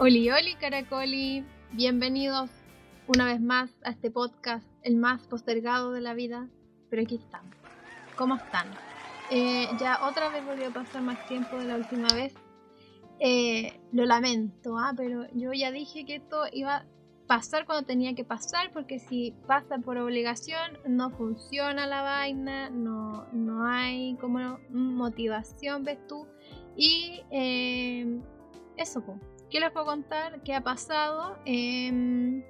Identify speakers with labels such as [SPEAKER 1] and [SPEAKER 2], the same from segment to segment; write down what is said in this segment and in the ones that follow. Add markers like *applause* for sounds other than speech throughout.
[SPEAKER 1] Oli, oli, caracoli, bienvenidos una vez más a este podcast, el más postergado de la vida, pero aquí estamos. ¿Cómo están? Eh, ya otra vez volvió a pasar más tiempo de la última vez. Eh, lo lamento, ¿ah? pero yo ya dije que esto iba a pasar cuando tenía que pasar, porque si pasa por obligación, no funciona la vaina, no, no hay como motivación, ves tú. Y eh, eso, pues. ¿Qué les puedo contar? ¿Qué ha pasado? Eh,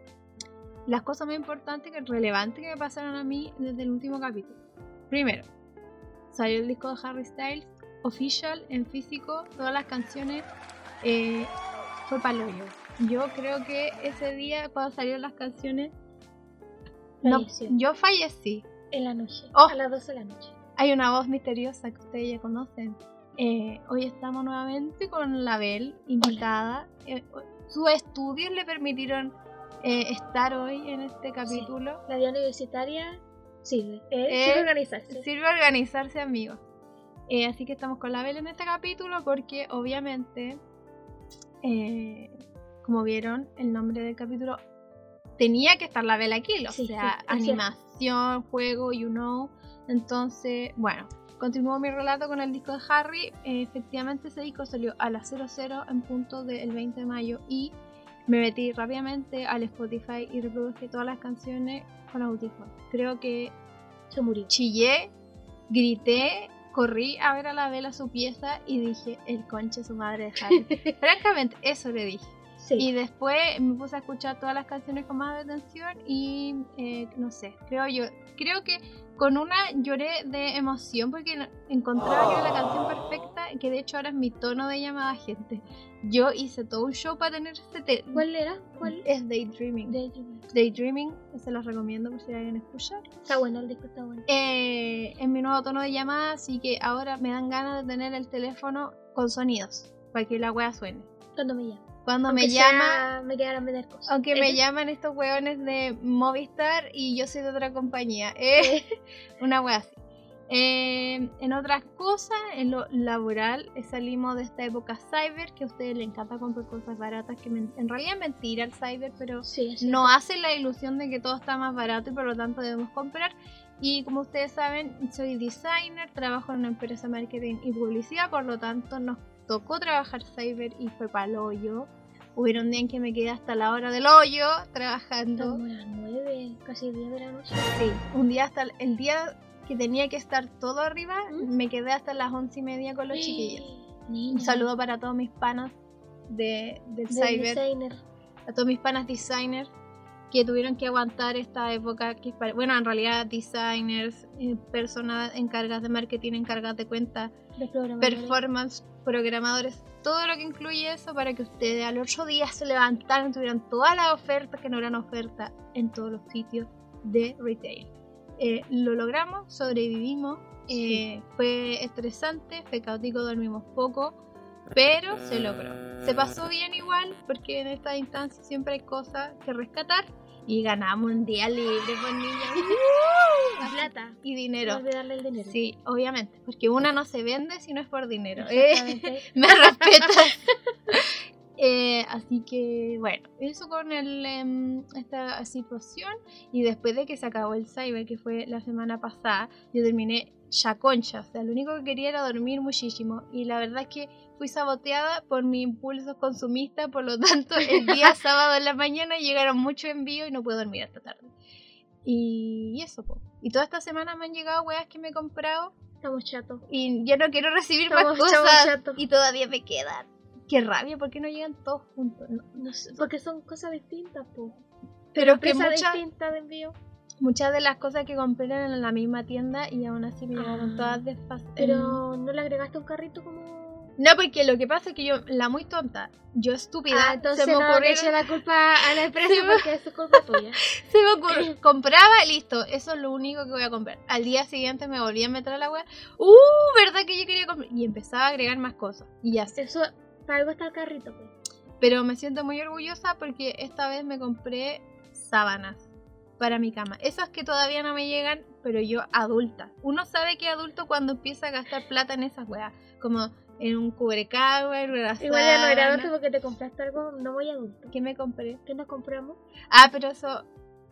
[SPEAKER 1] las cosas más importantes, relevantes que me pasaron a mí desde el último capítulo. Primero, salió el disco de Harry Styles, official, en físico, todas las canciones. Eh, fue paloyo. Yo creo que ese día, cuando salieron las canciones, no,
[SPEAKER 2] Falleció.
[SPEAKER 1] yo fallecí.
[SPEAKER 2] En la noche.
[SPEAKER 1] Oh.
[SPEAKER 2] A las 12 de la noche.
[SPEAKER 1] Hay una voz misteriosa que ustedes ya conocen. Eh, hoy estamos nuevamente con la Bel, invitada. Eh, sus estudios le permitieron eh, estar hoy en este capítulo.
[SPEAKER 2] La vida universitaria sirve.
[SPEAKER 1] Eh,
[SPEAKER 2] Eh, sirve organizarse.
[SPEAKER 1] Sirve organizarse, amigos. Eh, así que estamos con la Bel en este capítulo porque obviamente, eh, como vieron, el nombre del capítulo tenía que estar la Bel aquí. O
[SPEAKER 2] Sí,
[SPEAKER 1] sea,
[SPEAKER 2] sí, así es.
[SPEAKER 1] animación, juego, you know. Entonces, bueno, continúo mi relato con el disco de Harry. Eh, efectivamente, ese disco salió a las 00 en punto del 20 de mayo y me metí rápidamente al Spotify y reproduje todas las canciones con audífonos. Creo que
[SPEAKER 2] Se murió.
[SPEAKER 1] chillé, grité, corrí a ver a la vela su pieza y dije, el conche su madre de Harry.
[SPEAKER 2] *laughs*
[SPEAKER 1] Francamente, eso le dije.
[SPEAKER 2] Sí.
[SPEAKER 1] Y después me puse a escuchar todas las canciones con más atención y eh, no sé, creo yo, creo que con una lloré de emoción porque no- encontraba que era la canción perfecta, que de hecho ahora es mi tono de llamada a gente. Yo hice todo un show para tener este tema.
[SPEAKER 2] ¿Cuál era? ¿Cuál?
[SPEAKER 1] Es Daydreaming.
[SPEAKER 2] De-
[SPEAKER 1] Daydreaming, se los recomiendo por si alguien escucha
[SPEAKER 2] Está bueno, el disco está bueno.
[SPEAKER 1] eh, en mi nuevo tono de llamada, así que ahora me dan ganas de tener el teléfono con sonidos, para que la wea suene.
[SPEAKER 2] Cuando me llama.
[SPEAKER 1] Cuando
[SPEAKER 2] Aunque
[SPEAKER 1] me
[SPEAKER 2] sea-
[SPEAKER 1] llama,
[SPEAKER 2] Me quedaron meter cosas.
[SPEAKER 1] aunque me
[SPEAKER 2] Eh,
[SPEAKER 1] llaman estos weones de Movistar y yo soy de otra compañía, eh, *laughs* una wea así. Eh, en otras cosas, en lo laboral, eh, salimos de esta época cyber, que a ustedes les encanta comprar cosas baratas, que men- en realidad es mentira el cyber, pero
[SPEAKER 2] Sí, sí.
[SPEAKER 1] no hace la ilusión de que todo está más barato y por lo tanto debemos comprar. Y como ustedes saben, soy designer, trabajo en una empresa de marketing y publicidad, por lo tanto nos tocó trabajar cyber y fue pa'l hoyo. Hubieron días en que me quedé hasta la hora del hoyo trabajando.
[SPEAKER 2] Estamos a las 9, casi 10 de la noche.
[SPEAKER 1] Sí, un día hasta el- el día que tenía que estar todo arriba,
[SPEAKER 2] ¿Mm?
[SPEAKER 1] me quedé hasta las once y media con los chiquillos.
[SPEAKER 2] Eh, Niña.
[SPEAKER 1] Un saludo para todos mis panas de, del
[SPEAKER 2] Del
[SPEAKER 1] cyber.
[SPEAKER 2] designer.
[SPEAKER 1] a todos mis panas designers que tuvieron que aguantar esta época que es para- bueno en realidad designers eh, personas encargadas de marketing encargadas de cuenta
[SPEAKER 2] Los programadores.
[SPEAKER 1] performance programadores todo lo que incluye eso para que ustedes al otro día se levantaran tuvieran todas las ofertas que no eran ofertas en todos los sitios de retail Eh, lo logramos sobrevivimos eh, fue estresante fue caótico dormimos poco pero se logró se pasó bien igual, porque en esta instancia siempre hay cosas que rescatar. Y ganamos un día libre, por niños.
[SPEAKER 2] La plata.
[SPEAKER 1] Y
[SPEAKER 2] No
[SPEAKER 1] dinero.
[SPEAKER 2] olvidarle el dinero.
[SPEAKER 1] Sí, obviamente. Porque una no se vende si no es por dinero. ¿eh?
[SPEAKER 2] Exactamente.
[SPEAKER 1] *laughs* Me respetas. Eh, así que, bueno, eso con el, em, esta situación. Y después de que se acabó el cyber, que fue la semana pasada, yo terminé ya concha. O sea, lo único que quería era dormir muchísimo. Y la verdad es que fui saboteada por mis impulsos consumistas. Por lo tanto, el día sábado en la mañana llegaron muchos envíos y no puedo dormir hasta tarde. Y eso, po. Y toda esta semana me han llegado weas que me he comprado
[SPEAKER 2] Estamos chatos.
[SPEAKER 1] y ya no quiero recibir más
[SPEAKER 2] Estamos
[SPEAKER 1] cosas
[SPEAKER 2] chatos.
[SPEAKER 1] y todavía me quedan. Qué rabia, ¿por qué no llegan todos juntos? No, no sé.
[SPEAKER 2] Porque son cosas distintas, po.
[SPEAKER 1] Pero que
[SPEAKER 2] Empresas
[SPEAKER 1] muchas,
[SPEAKER 2] distintas de envío.
[SPEAKER 1] muchas de las cosas que compré eran en la misma tienda y aún así me llegaron
[SPEAKER 2] Ah,
[SPEAKER 1] todas desfasadas.
[SPEAKER 2] Pero no le agregaste un carrito como.
[SPEAKER 1] No, porque lo que pasa es que yo, la muy tonta, yo estúpida,
[SPEAKER 2] Ah, entonces
[SPEAKER 1] se me
[SPEAKER 2] no
[SPEAKER 1] ocurrió,
[SPEAKER 2] le eché la culpa a la empresa
[SPEAKER 1] Se me-
[SPEAKER 2] porque eso es culpa tuya.
[SPEAKER 1] *laughs* se me
[SPEAKER 2] *laughs*
[SPEAKER 1] ocurrió, compraba, listo, eso es lo único que voy a comprar. Al día siguiente me volví a meter a la web, ¡uh! ¿Verdad que yo quería comprar? Y empezaba a agregar más cosas, y ya
[SPEAKER 2] Eso, para algo está el carrito, pues.
[SPEAKER 1] Pero me siento muy orgullosa porque esta vez me compré sábanas para mi cama. Esas que todavía no me llegan, pero yo adulta. Uno sabe que es adulto cuando empieza a gastar plata en esas weas. Como en un cubrecagua, en una
[SPEAKER 2] Igual ya no era
[SPEAKER 1] sábana.
[SPEAKER 2] adulto porque te compraste algo no muy adulto.
[SPEAKER 1] ¿Qué me compré?
[SPEAKER 2] ¿Qué nos compramos?
[SPEAKER 1] Ah, pero eso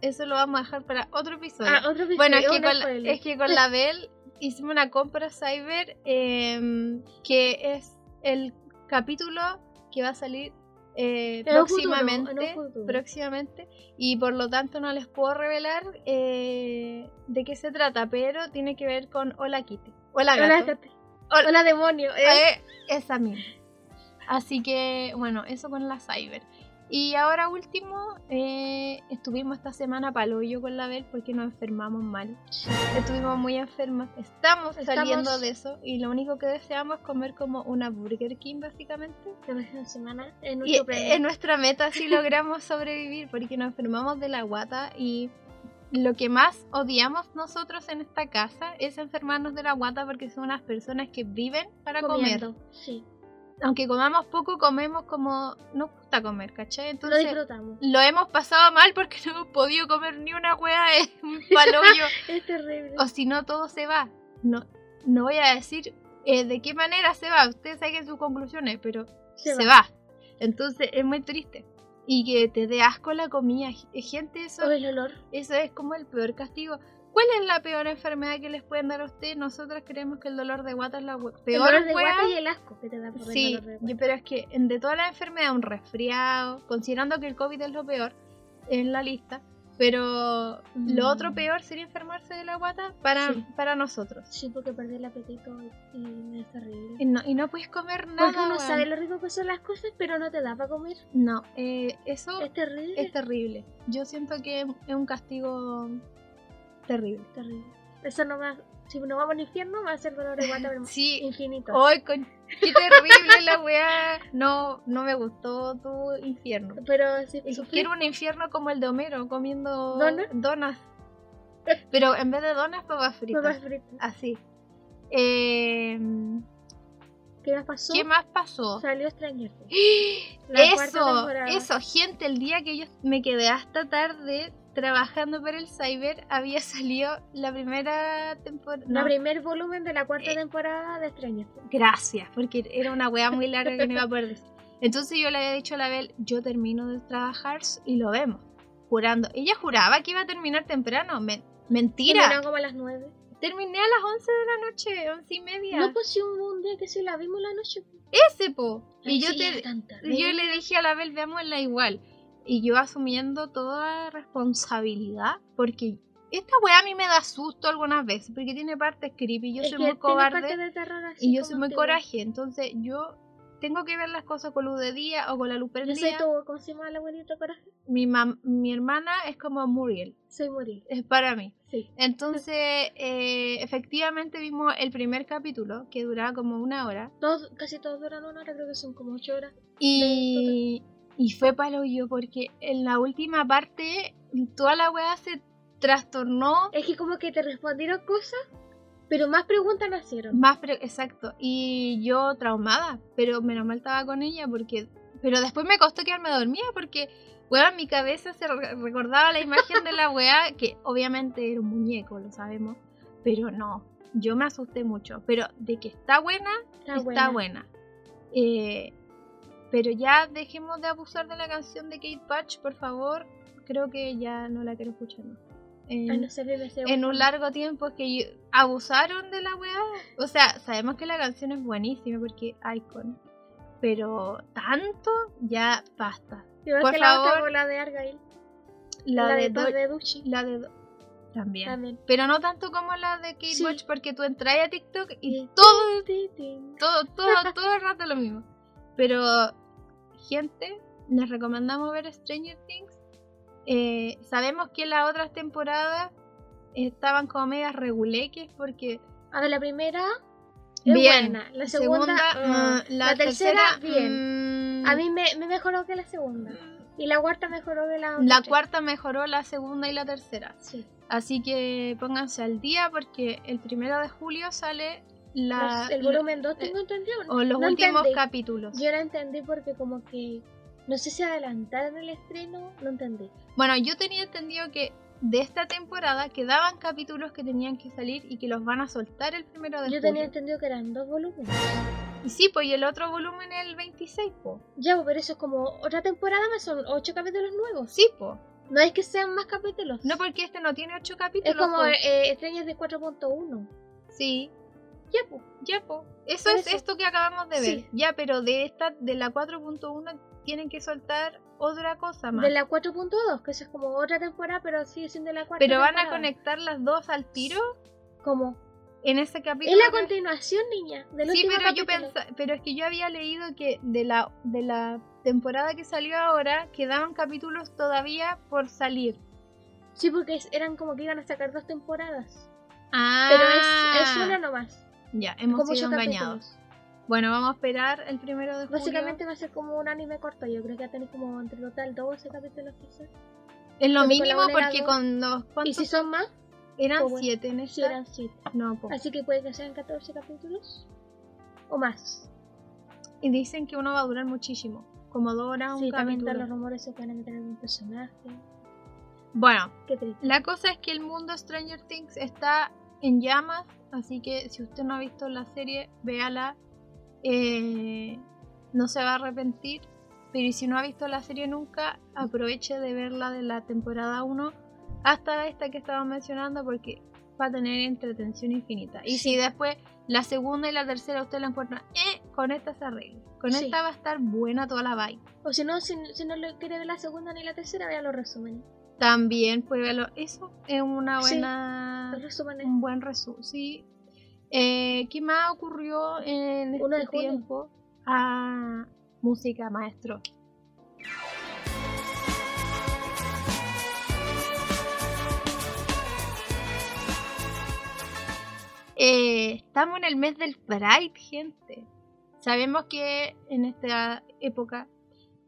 [SPEAKER 1] eso lo vamos a dejar para otro episodio.
[SPEAKER 2] Ah, otro episodio.
[SPEAKER 1] bueno, es que,
[SPEAKER 2] un
[SPEAKER 1] con, la-
[SPEAKER 2] spoiler.
[SPEAKER 1] es que con la Bel hicimos una compra cyber em, que es el capítulo que va a salir eh,
[SPEAKER 2] En un futuro,
[SPEAKER 1] próximamente.
[SPEAKER 2] en un futuro.
[SPEAKER 1] próximamente y por lo tanto no les puedo revelar eh, de qué se trata, pero tiene que ver con Hola Kitty. Hola Gato.
[SPEAKER 2] Hola, Cate.
[SPEAKER 1] Hola.
[SPEAKER 2] Hola, demonio. eh.
[SPEAKER 1] Eh, esa misma. Así que, bueno, eso con la Cyber. Y ahora último, eh, estuvimos esta semana palollo con la Bel porque nos enfermamos mal. Estuvimos muy enfermas. Estamos,
[SPEAKER 2] Estamos-
[SPEAKER 1] saliendo de eso y lo único que deseamos es comer como una Burger King básicamente.
[SPEAKER 2] La próxima semana en
[SPEAKER 1] Y
[SPEAKER 2] nuestro
[SPEAKER 1] es
[SPEAKER 2] premio.
[SPEAKER 1] nuestra meta si logramos sobrevivir porque nos enfermamos de la guata y lo que más odiamos nosotros en esta casa es enfermarnos de la guata porque son unas personas que viven para comer
[SPEAKER 2] comiendo. Sí.
[SPEAKER 1] aunque comamos poco, comemos como nos gusta comer, ¿cachai?
[SPEAKER 2] Lo
[SPEAKER 1] Entonces lo,
[SPEAKER 2] disfrutamos.
[SPEAKER 1] hemos pasado mal porque no hemos podido comer ni una hueá, *laughs* es un palollo.
[SPEAKER 2] Es terrible.
[SPEAKER 1] o si no, todo se va. No, no voy a decir eh, de qué manera se va, ustedes saquen sus conclusiones, pero se, va. Entonces es muy triste. Y que te dé asco la comida, g- gente, eso,
[SPEAKER 2] O el olor.
[SPEAKER 1] eso es como el peor castigo. ¿Cuál es la peor enfermedad que les pueden dar a ustedes? Nosotras creemos que el dolor de guata es la hue-
[SPEAKER 2] El
[SPEAKER 1] peor
[SPEAKER 2] olor de
[SPEAKER 1] hueá.
[SPEAKER 2] guata y el asco que te da por el
[SPEAKER 1] Sí,
[SPEAKER 2] olor de guata.
[SPEAKER 1] yo- pero es que en- de todas las enfermedades, un resfriado, considerando que el COVID es lo peor en la lista, pero lo
[SPEAKER 2] Mm.
[SPEAKER 1] otro peor sería enfermarse de la guata para,
[SPEAKER 2] Sí.
[SPEAKER 1] para nosotros.
[SPEAKER 2] Sí, porque perdí el apetito y es terrible.
[SPEAKER 1] Y no, y no puedes comer nada.
[SPEAKER 2] Porque uno
[SPEAKER 1] weón.
[SPEAKER 2] sabe lo rico que son las cosas, pero no te da para comer.
[SPEAKER 1] No, eh, eso
[SPEAKER 2] Es terrible.
[SPEAKER 1] es terrible. Yo siento que es un castigo terrible.
[SPEAKER 2] terrible. Eso no va. Si no vamos al infierno, va a ser dolor de
[SPEAKER 1] *laughs*
[SPEAKER 2] guata pero
[SPEAKER 1] Sí, Oh.
[SPEAKER 2] infinito.
[SPEAKER 1] hoy con... *laughs* qué terrible la weá. No, no me gustó tu infierno.
[SPEAKER 2] Pero si
[SPEAKER 1] Y
[SPEAKER 2] sufrí-
[SPEAKER 1] Quiero un infierno como el de Homero, comiendo
[SPEAKER 2] ¿Donas? *laughs*
[SPEAKER 1] donas. Pero en vez de donas, papas fritas.
[SPEAKER 2] papas fritas.
[SPEAKER 1] Así. Eh,
[SPEAKER 2] ¿Qué más pasó?
[SPEAKER 1] Ah, ¿Qué más pasó?
[SPEAKER 2] Salió extrañarte. La
[SPEAKER 1] *gasps*
[SPEAKER 2] cuarta
[SPEAKER 1] Eso,
[SPEAKER 2] temporada.
[SPEAKER 1] eso, gente, el día que yo me quedé hasta tarde trabajando para el cyber, había salido la primera temporada.
[SPEAKER 2] El primer volumen de la cuarta
[SPEAKER 1] Eh.
[SPEAKER 2] temporada de extrañarte.
[SPEAKER 1] gracias, porque era una weá muy larga que no iba a poder
[SPEAKER 2] *laughs*
[SPEAKER 1] decir. Entonces yo le había dicho a la Bel, yo termino de trabajar y lo vemos, jurando. Ella juraba que iba a terminar temprano, men- mentira.
[SPEAKER 2] Terminaron como a las nueve.
[SPEAKER 1] Terminé a las 11 de la noche, 11 y media.
[SPEAKER 2] No, pues si hubo un día que sí la vimos la noche.
[SPEAKER 1] Ese, po.
[SPEAKER 2] Ay,
[SPEAKER 1] Y yo,
[SPEAKER 2] sí,
[SPEAKER 1] te-
[SPEAKER 2] ya es tan tarde.
[SPEAKER 1] yo le dije a la Bel, veámosla igual. Y yo asumiendo toda responsabilidad, porque esta weá a mí me da susto algunas veces, porque tiene partes creepy, yo
[SPEAKER 2] Es
[SPEAKER 1] soy
[SPEAKER 2] que
[SPEAKER 1] muy
[SPEAKER 2] tiene parte
[SPEAKER 1] cobarde.
[SPEAKER 2] de terror así
[SPEAKER 1] Y yo
[SPEAKER 2] como
[SPEAKER 1] soy muy
[SPEAKER 2] antiguo.
[SPEAKER 1] coraje, entonces yo tengo que ver las cosas con luz de día o con la luz
[SPEAKER 2] Yo soy
[SPEAKER 1] prendida.
[SPEAKER 2] tu, ¿cómo se llama la abuelita coraje?
[SPEAKER 1] Mi, mam- mi hermana es como Muriel,
[SPEAKER 2] Soy morir.
[SPEAKER 1] es para mí.
[SPEAKER 2] Sí.
[SPEAKER 1] Entonces,
[SPEAKER 2] *laughs*
[SPEAKER 1] eh, efectivamente vimos el primer capítulo, que duraba como una hora,
[SPEAKER 2] Todos, casi todos duran una hora, creo que son como ocho horas.
[SPEAKER 1] y, y fue palo yo, porque en la última parte toda la weá se trastornó
[SPEAKER 2] Es que como que te respondieron cosas, pero más preguntas no hicieron.
[SPEAKER 1] Más pre- exacto. Y yo traumada, pero menos mal estaba con ella porque... Pero después me costó quedarme dormida porque, weón, mi cabeza se re- recordaba la imagen de la weá, que obviamente era un muñeco, lo sabemos. Pero no, yo me asusté mucho. Pero de que está buena,
[SPEAKER 2] Está,
[SPEAKER 1] está, buena. Eh, pero ya dejemos de abusar de la canción de Kate Patch, por favor. Creo que ya no la quiero escuchar más. Eh,
[SPEAKER 2] Ay, no sé, BBC,
[SPEAKER 1] en
[SPEAKER 2] bueno.
[SPEAKER 1] un largo tiempo que yo- abusaron de la weá. O sea, sabemos que la canción es buenísima porque Icon. Pero tanto ya basta.
[SPEAKER 2] Igual
[SPEAKER 1] por
[SPEAKER 2] que la
[SPEAKER 1] favor.
[SPEAKER 2] otra con la de Argyle.
[SPEAKER 1] La, de,
[SPEAKER 2] Paz
[SPEAKER 1] Dol-
[SPEAKER 2] de Duchi.
[SPEAKER 1] la de Do- también.
[SPEAKER 2] También.
[SPEAKER 1] Pero no tanto como la de Kate
[SPEAKER 2] Sí.
[SPEAKER 1] Bush porque tú entras a TikTok y
[SPEAKER 2] Sí.
[SPEAKER 1] todo,
[SPEAKER 2] Ti, ti.
[SPEAKER 1] todo, todo, *laughs* todo el rato lo mismo. Pero, gente, les recomendamos ver Stranger Things. Eh, sabemos que las otras temporadas estaban como medias reguleques porque
[SPEAKER 2] A ver, la primera es
[SPEAKER 1] Bien.
[SPEAKER 2] buena. La segunda, ah.
[SPEAKER 1] mm,
[SPEAKER 2] la, tercera, bien.
[SPEAKER 1] mm,
[SPEAKER 2] A mí me, me mejoró que la segunda. Y la cuarta mejoró que
[SPEAKER 1] la
[SPEAKER 2] la otra.
[SPEAKER 1] cuarta mejoró la segunda y la tercera.
[SPEAKER 2] Sí.
[SPEAKER 1] Así que pónganse al día porque el primero de julio sale la, eh,
[SPEAKER 2] Los- el volumen 2 tengo entendido.
[SPEAKER 1] o los
[SPEAKER 2] no
[SPEAKER 1] últimos
[SPEAKER 2] entendí.
[SPEAKER 1] capítulos.
[SPEAKER 2] Yo la entendí porque como que no sé si adelantaron el estreno, no entendí.
[SPEAKER 1] Bueno, yo tenía entendido que de esta temporada quedaban capítulos que tenían que salir y que los van a soltar el primero de
[SPEAKER 2] Yo
[SPEAKER 1] julio.
[SPEAKER 2] tenía entendido que eran dos volúmenes.
[SPEAKER 1] Y sí, pues y el otro volumen es el 26, pues.
[SPEAKER 2] Ya, pues, pero eso es como otra temporada más, son ocho capítulos nuevos.
[SPEAKER 1] Sí, pues.
[SPEAKER 2] No es que sean más capítulos.
[SPEAKER 1] No porque este no tiene 8
[SPEAKER 2] es
[SPEAKER 1] capítulos.
[SPEAKER 2] como
[SPEAKER 1] pues.
[SPEAKER 2] eh, estrellas de 4.1.
[SPEAKER 1] Sí,
[SPEAKER 2] Ya, pues.
[SPEAKER 1] ya, pues. Eso
[SPEAKER 2] Por
[SPEAKER 1] es
[SPEAKER 2] eso.
[SPEAKER 1] esto que acabamos de ver.
[SPEAKER 2] Sí.
[SPEAKER 1] Ya, pero de esta, de la 4.1 tienen que soltar otra cosa más.
[SPEAKER 2] De la 4.2, que eso es como otra temporada, pero sigue siendo la cuarta.
[SPEAKER 1] Pero van a
[SPEAKER 2] temporada.
[SPEAKER 1] conectar las dos al tiro
[SPEAKER 2] Como.
[SPEAKER 1] en ese capítulo.
[SPEAKER 2] Es la
[SPEAKER 1] que-
[SPEAKER 2] continuación, niña. Del
[SPEAKER 1] Sí,
[SPEAKER 2] último
[SPEAKER 1] pero yo
[SPEAKER 2] capítulo.
[SPEAKER 1] pensaba, pero es que yo había leído que de la de la temporada que salió ahora quedaban capítulos todavía por salir.
[SPEAKER 2] Sí, porque es- eran como que iban a sacar dos temporadas.
[SPEAKER 1] Ah,
[SPEAKER 2] Pero es, es una nomás.
[SPEAKER 1] Ya, hemos
[SPEAKER 2] como
[SPEAKER 1] sido
[SPEAKER 2] ocho
[SPEAKER 1] engañados.
[SPEAKER 2] capítulos.
[SPEAKER 1] Bueno, vamos a esperar el primero de julio.
[SPEAKER 2] Básicamente va a ser como un anime corto. Yo creo que va a tener como entre total 12 capítulos quizás.
[SPEAKER 1] es lo
[SPEAKER 2] con la
[SPEAKER 1] mínimo
[SPEAKER 2] moneda
[SPEAKER 1] porque
[SPEAKER 2] dos.
[SPEAKER 1] con los
[SPEAKER 2] Y
[SPEAKER 1] cuántos
[SPEAKER 2] si son más,
[SPEAKER 1] eran
[SPEAKER 2] pues bueno,
[SPEAKER 1] siete en
[SPEAKER 2] sí
[SPEAKER 1] esta.
[SPEAKER 2] eran 7.
[SPEAKER 1] No, po.
[SPEAKER 2] Así que puede que sean 14 capítulos. O más.
[SPEAKER 1] y dicen que uno va a durar muchísimo, como dos horas Ah, un
[SPEAKER 2] Sí, también
[SPEAKER 1] capítulo.
[SPEAKER 2] están los rumores de que van a meter algún personaje.
[SPEAKER 1] Bueno,
[SPEAKER 2] Qué triste.
[SPEAKER 1] La cosa es que el mundo Stranger Things está en llamas, así que si usted no ha visto la serie, véala. Eh, no se va a arrepentir. Pero y si no ha visto la serie nunca, aproveche de verla de la temporada 1 hasta esta que estaba mencionando porque va a tener entretención infinita. Y si después la segunda y la tercera usted la encuentra, eh, con esta se arregla. Con
[SPEAKER 2] Sí.
[SPEAKER 1] esta va a estar buena toda la vibe.
[SPEAKER 2] O si no, si, si no le quiere ver la segunda ni la tercera, vea los resúmenes.
[SPEAKER 1] También, pues véalo. Eso es una
[SPEAKER 2] Sí.
[SPEAKER 1] buena...
[SPEAKER 2] Los resúmenes.
[SPEAKER 1] un buen resumen, sí. Eh, ¿Qué más ocurrió en
[SPEAKER 2] Uno de
[SPEAKER 1] este
[SPEAKER 2] junio.
[SPEAKER 1] tiempo? Ah, música, maestro. Eh, estamos en el mes del Pride, gente. Sabemos que en esta época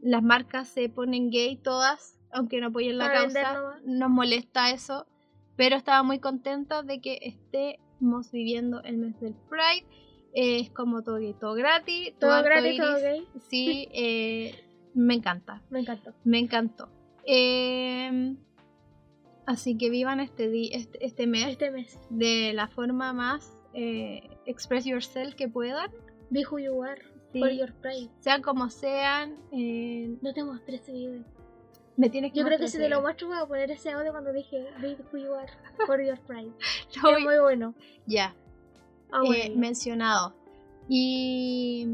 [SPEAKER 1] las marcas se ponen gay todas, aunque no apoyen la
[SPEAKER 2] Para vender
[SPEAKER 1] causa.
[SPEAKER 2] nomás.
[SPEAKER 1] Nos molesta eso, pero estaba muy contenta de que estemos viviendo el mes del Pride. Eh, es como todo gay, todo gratis.
[SPEAKER 2] Todo
[SPEAKER 1] alto
[SPEAKER 2] gratis, todo
[SPEAKER 1] iris.
[SPEAKER 2] gay.
[SPEAKER 1] Sí, eh, me encanta,
[SPEAKER 2] Me encantó.
[SPEAKER 1] me encantó. Eh, así que vivan este, di- este, este mes
[SPEAKER 2] Este mes.
[SPEAKER 1] de la forma más eh, express yourself que puedan.
[SPEAKER 2] Be who you are.
[SPEAKER 1] Sí.
[SPEAKER 2] For your pride.
[SPEAKER 1] Sean como sean. eh,
[SPEAKER 2] No te mostré ese video.
[SPEAKER 1] me tienes que
[SPEAKER 2] Yo creo que si
[SPEAKER 1] se
[SPEAKER 2] te lo muestro voy a poner ese audio cuando dije Be who you are. For your pride.
[SPEAKER 1] Lo
[SPEAKER 2] Es muy bueno.
[SPEAKER 1] Ya,
[SPEAKER 2] Ah,
[SPEAKER 1] eh,
[SPEAKER 2] bueno.
[SPEAKER 1] mencionado. Y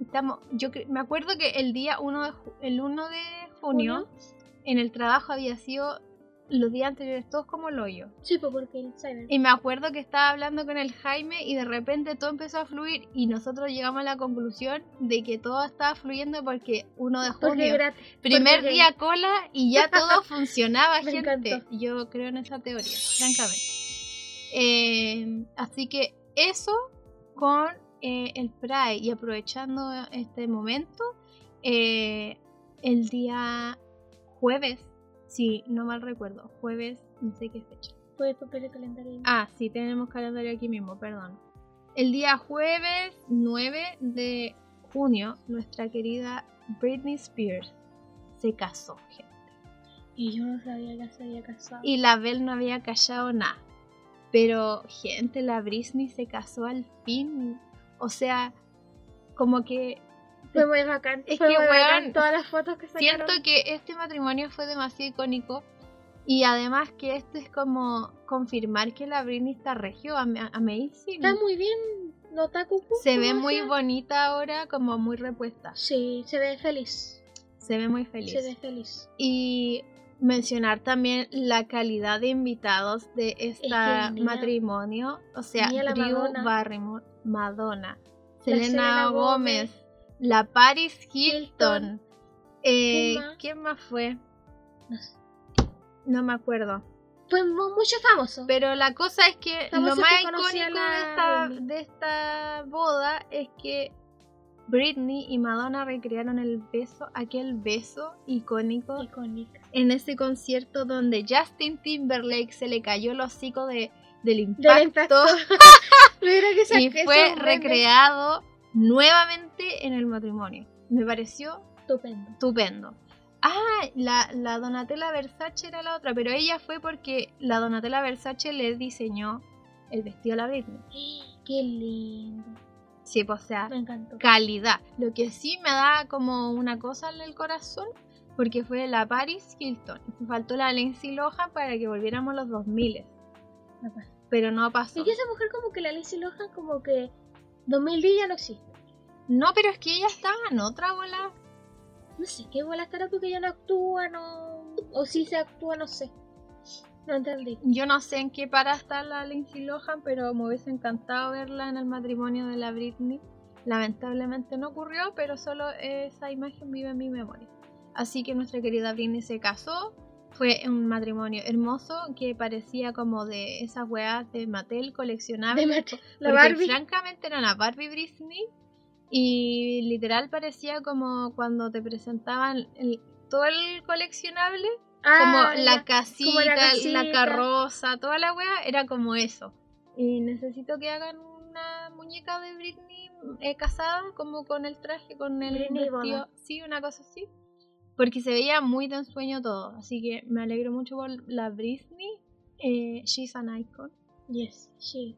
[SPEAKER 1] estamos, yo cre- me acuerdo que el día 1 de, ju- el 1 de junio,
[SPEAKER 2] ¿Junio?
[SPEAKER 1] en el trabajo había sido los días anteriores todos como el hoyo.
[SPEAKER 2] Sí, pues porque el cyber.
[SPEAKER 1] Y me acuerdo que estaba hablando con el Jaime y de repente todo empezó a fluir y nosotros llegamos a la conclusión de que todo estaba fluyendo porque 1 de
[SPEAKER 2] Porque
[SPEAKER 1] junio,
[SPEAKER 2] gratis.
[SPEAKER 1] primer
[SPEAKER 2] porque-
[SPEAKER 1] día cola y
[SPEAKER 2] *laughs*
[SPEAKER 1] ya todo funcionaba,
[SPEAKER 2] Me
[SPEAKER 1] gente.
[SPEAKER 2] encantó.
[SPEAKER 1] Yo creo en esa teoría, francamente. Eh, así que eso con eh, el Pride y aprovechando este momento, eh, el día jueves, si no mal recuerdo, jueves, no sé qué fecha.
[SPEAKER 2] Puedes papel el calendario.
[SPEAKER 1] Ah, sí, tenemos calendario aquí mismo, perdón. El día jueves 9 de junio, nuestra querida Britney Spears se casó, gente.
[SPEAKER 2] Y yo no sabía que se había casado.
[SPEAKER 1] Y la Belle no había callado nada. Pero, gente, la Britney se casó al fin. O sea, como que
[SPEAKER 2] Fue muy bacán.
[SPEAKER 1] Es
[SPEAKER 2] fue
[SPEAKER 1] que,
[SPEAKER 2] muy bacán
[SPEAKER 1] weón,
[SPEAKER 2] todas las fotos que sacaron.
[SPEAKER 1] siento que este matrimonio fue demasiado icónico. Y además que esto es como confirmar que la Britney está regio, a amazing.
[SPEAKER 2] Está muy bien. No está cucú.
[SPEAKER 1] Se
[SPEAKER 2] como
[SPEAKER 1] ve muy
[SPEAKER 2] decía.
[SPEAKER 1] bonita ahora, como muy repuesta.
[SPEAKER 2] Sí, se ve feliz.
[SPEAKER 1] Se ve muy feliz.
[SPEAKER 2] Se ve feliz.
[SPEAKER 1] Y mencionar también la calidad de invitados de este
[SPEAKER 2] que mira.
[SPEAKER 1] matrimonio. O sea,
[SPEAKER 2] Mira la
[SPEAKER 1] Drew
[SPEAKER 2] Madonna.
[SPEAKER 1] Barrymore, Madonna,
[SPEAKER 2] Selena
[SPEAKER 1] Selena, Gómez,
[SPEAKER 2] Gómez.
[SPEAKER 1] la Paris Hilton.
[SPEAKER 2] Hilton.
[SPEAKER 1] Eh,
[SPEAKER 2] ¿Quién más?
[SPEAKER 1] ¿Quién más fue?
[SPEAKER 2] No sé.
[SPEAKER 1] No me acuerdo.
[SPEAKER 2] Fue mu- mucho famoso.
[SPEAKER 1] Pero la cosa es que
[SPEAKER 2] Famoso
[SPEAKER 1] lo más
[SPEAKER 2] que conocía
[SPEAKER 1] icónico de,
[SPEAKER 2] la
[SPEAKER 1] esta,
[SPEAKER 2] Britney.
[SPEAKER 1] de esta boda es que Britney y Madonna recrearon el beso, aquel beso icónico
[SPEAKER 2] Icónica.
[SPEAKER 1] en ese concierto donde Justin Timberlake se le cayó el hocico de, del impacto,
[SPEAKER 2] Del impacto. *laughs* Mira que esa-
[SPEAKER 1] y
[SPEAKER 2] esos
[SPEAKER 1] fue
[SPEAKER 2] memes.
[SPEAKER 1] recreado nuevamente en el matrimonio. Me pareció
[SPEAKER 2] Estupendo.
[SPEAKER 1] estupendo. Ah, la, la Donatella Versace era la otra, pero ella fue porque la Donatella Versace le diseñó el vestido a la Britney.
[SPEAKER 2] Qué lindo.
[SPEAKER 1] Sí, pues o sea,
[SPEAKER 2] Me encantó.
[SPEAKER 1] calidad. Lo que sí me da como una cosa en el corazón, porque fue la Paris Hilton. Faltó la Lindsay Lohan para que volviéramos los 2000,
[SPEAKER 2] No pasa.
[SPEAKER 1] pero no pasó.
[SPEAKER 2] Y que esa mujer como que la Lindsay Lohan como que 2010 ya no existe.
[SPEAKER 1] No, pero es que ella estaba en otra bola.
[SPEAKER 2] No sé, qué bola estará porque ya no actúa, no... O si se actúa, no sé. No entendí.
[SPEAKER 1] Yo no sé en qué para está la Lindsay Lohan, pero me hubiese encantado verla en el matrimonio de la Britney. Lamentablemente no ocurrió, pero solo esa imagen vive en mi memoria. Así que nuestra querida Britney se casó. Fue un matrimonio hermoso que parecía como de esas weas de Mattel
[SPEAKER 2] De
[SPEAKER 1] coleccionables.
[SPEAKER 2] macho. La
[SPEAKER 1] Ah, porque
[SPEAKER 2] Barbie.
[SPEAKER 1] Francamente era una Barbie Britney. Y literal parecía como cuando te presentaban el- todo el coleccionable como
[SPEAKER 2] Ah,
[SPEAKER 1] la
[SPEAKER 2] ya.
[SPEAKER 1] casita,
[SPEAKER 2] como la
[SPEAKER 1] la
[SPEAKER 2] casita.
[SPEAKER 1] carroza, toda la wea era como eso. Y necesito que hagan una muñeca de Britney eh, casada, como con el traje, con el
[SPEAKER 2] Britney
[SPEAKER 1] vestido,
[SPEAKER 2] boda.
[SPEAKER 1] sí, una cosa así. Porque se veía muy de ensueño todo, así que me alegro mucho por la Britney. eh, she's an icon.
[SPEAKER 2] Yes, she.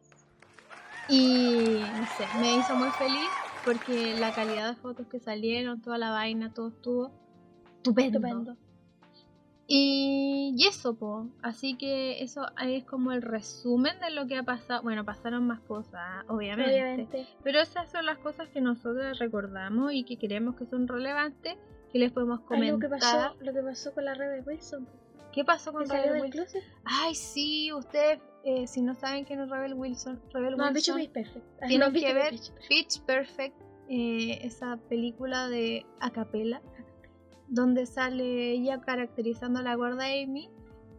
[SPEAKER 1] Y no sé, me hizo muy feliz porque la calidad de fotos que salieron, toda la vaina, todo estuvo estupendo.
[SPEAKER 2] Estupendo.
[SPEAKER 1] Y, y eso, po. Así que eso es como el resumen de lo que ha pasado. Bueno, pasaron más cosas, obviamente.
[SPEAKER 2] Obviamente.
[SPEAKER 1] Pero esas son las cosas que nosotros recordamos y que creemos que son relevantes, que les podemos
[SPEAKER 2] Ay,
[SPEAKER 1] comentar.
[SPEAKER 2] lo que pasó, lo que pasó con la red de Wilson.
[SPEAKER 1] ¿Qué pasó
[SPEAKER 2] Que
[SPEAKER 1] con
[SPEAKER 2] salió
[SPEAKER 1] Rebel
[SPEAKER 2] del
[SPEAKER 1] Wilson?
[SPEAKER 2] closet.
[SPEAKER 1] Ay, sí, ustedes, eh, si no saben quién es Rebel Wilson, Rebel
[SPEAKER 2] No han dicho
[SPEAKER 1] Wilson,
[SPEAKER 2] Miss Perfect. Ah,
[SPEAKER 1] tienen
[SPEAKER 2] no, Miss
[SPEAKER 1] que ver
[SPEAKER 2] Perfect.
[SPEAKER 1] Pitch Perfect, eh, esa película de a capela, donde sale ella caracterizando a la gorda Amy.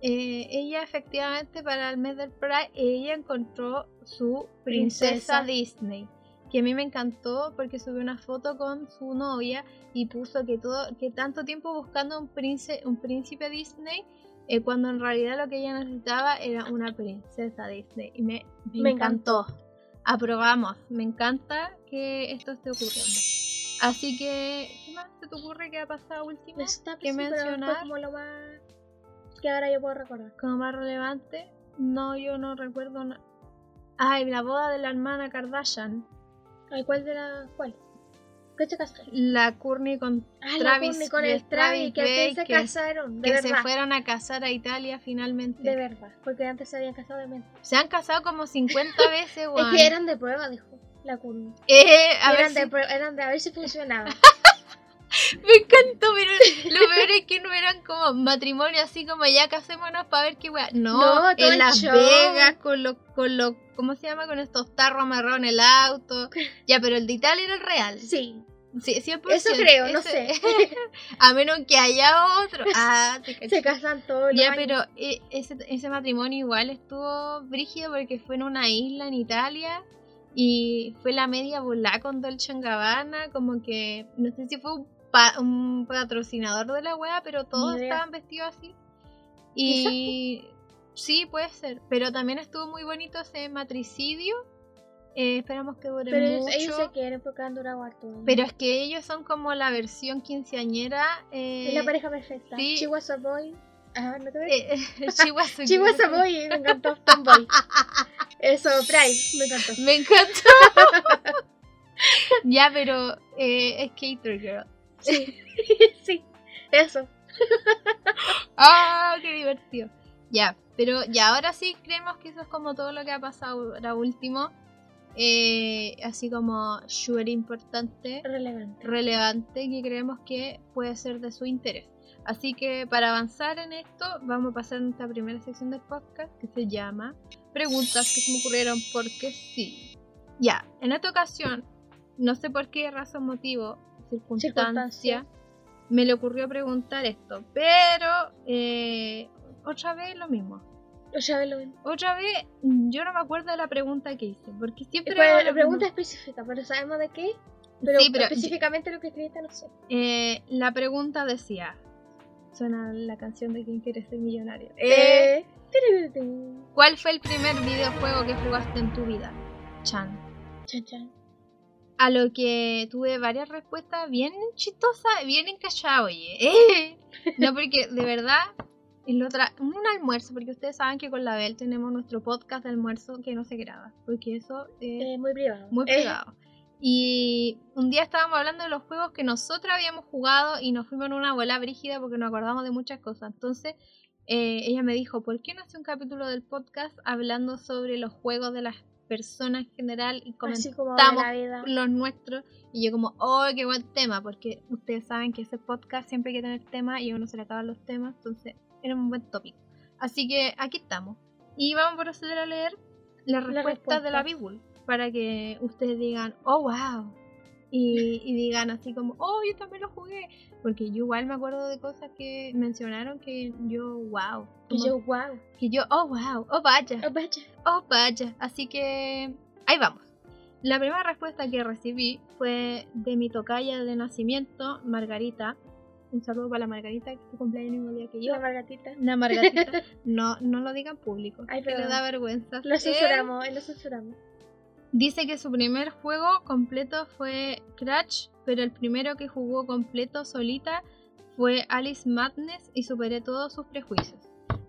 [SPEAKER 1] eh, ella efectivamente para el mes del Pride, ella encontró su princesa,
[SPEAKER 2] Princesa.
[SPEAKER 1] Disney, que a mí me encantó porque subió una foto con su novia y puso que todo que tanto tiempo buscando un príncipe, un príncipe Disney, eh, cuando en realidad lo que ella necesitaba era una princesa Disney. Y me, me
[SPEAKER 2] Me
[SPEAKER 1] encantó. Aprobamos. Me encanta que esto esté ocurriendo. Así que, ¿qué más se te ocurre que ha pasado último?
[SPEAKER 2] Me está
[SPEAKER 1] que mencionar.
[SPEAKER 2] como lo más que ahora yo puedo recordar.
[SPEAKER 1] Como más relevante, no, yo no recuerdo nada. Ay, la boda de la hermana Kardashian.
[SPEAKER 2] Ay, ¿cuál de la cuál? ¿Qué se casaron?
[SPEAKER 1] La Courtney con
[SPEAKER 2] Ah,
[SPEAKER 1] Travis,
[SPEAKER 2] la Courtney con
[SPEAKER 1] de
[SPEAKER 2] el
[SPEAKER 1] Travis
[SPEAKER 2] Travis, que antes se
[SPEAKER 1] Baker,
[SPEAKER 2] casaron, de
[SPEAKER 1] que se
[SPEAKER 2] verdad.
[SPEAKER 1] fueron a casar a Italia finalmente.
[SPEAKER 2] De verdad, porque antes se habían casado de mente.
[SPEAKER 1] Se han casado como 50 *laughs* veces, weón.
[SPEAKER 2] Es que eran de prueba, dijo la Courtney.
[SPEAKER 1] Eh, a ver
[SPEAKER 2] Eran,
[SPEAKER 1] si-
[SPEAKER 2] de prueba, eran de a ver
[SPEAKER 1] *laughs*
[SPEAKER 2] si funcionaba.
[SPEAKER 1] Me encantó, pero
[SPEAKER 2] *laughs*
[SPEAKER 1] lo peor es que no eran como matrimonio así como ya casémonos para ver qué weá. No,
[SPEAKER 2] No, todo
[SPEAKER 1] en
[SPEAKER 2] el
[SPEAKER 1] Las
[SPEAKER 2] show.
[SPEAKER 1] Vegas con los, con los, ¿cómo se llama? Con estos tarros amarrados en el
[SPEAKER 2] *laughs*
[SPEAKER 1] auto. Ya, pero el de Italia era el real.
[SPEAKER 2] Sí,
[SPEAKER 1] Sí, 100%.
[SPEAKER 2] eso creo, no
[SPEAKER 1] Ese-
[SPEAKER 2] sé.
[SPEAKER 1] A menos que haya otro.
[SPEAKER 2] *laughs*
[SPEAKER 1] Ah, te caché.
[SPEAKER 2] se casan todos los
[SPEAKER 1] Ya,
[SPEAKER 2] años.
[SPEAKER 1] pero eh, ese, ese matrimonio igual estuvo brígido porque fue en una isla en Italia y fue la media volá con Dolce Gabbana, como que no sé si fue un, pa- un patrocinador de la wea, pero todos
[SPEAKER 2] Ni idea.
[SPEAKER 1] estaban vestidos así. Y sí, puede ser, pero también estuvo muy bonito ese matricidio. Eh, esperamos que dure
[SPEAKER 2] Pero ellos,
[SPEAKER 1] mucho.
[SPEAKER 2] ellos se quieren porque han durado harto. ¿no?
[SPEAKER 1] Pero es que ellos son como la versión quinceañera.
[SPEAKER 2] Es
[SPEAKER 1] Eh,
[SPEAKER 2] la pareja perfecta.
[SPEAKER 1] sí.
[SPEAKER 2] Chihuahua Boy. Ah, no te ves.
[SPEAKER 1] eh, *laughs* Chihuahua Suzuki.
[SPEAKER 2] *laughs* Chihuahua Boy, me encantó.
[SPEAKER 1] *laughs*
[SPEAKER 2] Tomboy. Eso, Pride, me encantó. *laughs*
[SPEAKER 1] Me encantó. *laughs* ya, pero eh, es Cater Girl.
[SPEAKER 2] Sí, sí, eso.
[SPEAKER 1] ¡Ah, qué divertido! Ya, pero ya ahora sí creemos que eso es como todo lo que ha pasado ahora último. Eh, así como súper importante,
[SPEAKER 2] Relevante.
[SPEAKER 1] relevante, que creemos que puede ser de su interés. Así que para avanzar en esto, vamos a pasar a nuestra primera sección del podcast que se llama Preguntas que se me ocurrieron porque sí. Ya, en esta ocasión, no sé por qué razón, motivo, circunstancia,
[SPEAKER 2] Circunstancia.
[SPEAKER 1] me le ocurrió preguntar esto, pero eh, otra vez lo mismo.
[SPEAKER 2] O sea, lo mismo.
[SPEAKER 1] Otra vez, yo no me acuerdo de la pregunta que hice, porque siempre... hago
[SPEAKER 2] Pero
[SPEAKER 1] lo
[SPEAKER 2] la pregunta
[SPEAKER 1] mismo.
[SPEAKER 2] específica, pero sabemos de qué. Pero,
[SPEAKER 1] Sí, pero-
[SPEAKER 2] específicamente lo que escribiste no sé.
[SPEAKER 1] Eh, la pregunta decía, suena la canción de quien quiere ser millonario. Eh,
[SPEAKER 2] Eh, tiriririn.
[SPEAKER 1] ¿Cuál fue el primer videojuego que jugaste en tu vida? Chan.
[SPEAKER 2] Chan, chan.
[SPEAKER 1] A lo que tuve varias respuestas bien chistosas, bien encalladas, oye. Eh. No, porque de verdad, el otra, un almuerzo, porque ustedes saben que con la Bel tenemos nuestro podcast de almuerzo que no se graba, porque eso es
[SPEAKER 2] Eh, muy privado.
[SPEAKER 1] muy
[SPEAKER 2] Eh,
[SPEAKER 1] pegado. Y un día estábamos hablando de los juegos que nosotros habíamos jugado y nos fuimos en una bola brígida porque nos acordamos de muchas cosas. Entonces eh, ella me dijo, ¿por qué no hace un capítulo del podcast hablando sobre los juegos de las personas en general y
[SPEAKER 2] Así
[SPEAKER 1] comentamos
[SPEAKER 2] como de la vida.
[SPEAKER 1] los nuestros? Y yo como, oh, qué buen tema, porque ustedes saben que ese podcast siempre hay que tener tema y a uno se le acaban los temas, entonces era un buen tópico. Así que aquí estamos. Y vamos a proceder a leer las respuestas de la
[SPEAKER 2] respuestas.
[SPEAKER 1] Bibul para que ustedes digan, oh, wow. Y, y digan así como, oh, yo también lo jugué. Porque yo igual me acuerdo de cosas que mencionaron que yo, wow.
[SPEAKER 2] Y
[SPEAKER 1] Como
[SPEAKER 2] yo, wow.
[SPEAKER 1] que yo, oh, wow, oh, vaya.
[SPEAKER 2] Oh, vaya.
[SPEAKER 1] Oh, vaya. Así que ahí vamos. La primera respuesta que recibí fue de mi tocaya de nacimiento, Margarita. Un saludo para la Margarita, que cumple el mismo día que yo.
[SPEAKER 2] La margatita.
[SPEAKER 1] Una
[SPEAKER 2] *laughs*
[SPEAKER 1] Margarita. No, no lo digan público.
[SPEAKER 2] Ay,
[SPEAKER 1] que le
[SPEAKER 2] perdón.
[SPEAKER 1] da vergüenza.
[SPEAKER 2] Lo
[SPEAKER 1] Eh,
[SPEAKER 2] censuramos, eh, lo censuramos.
[SPEAKER 1] dice que su primer juego completo fue Crash, pero el primero que jugó completo solita fue Alice Madness y superé todos sus prejuicios.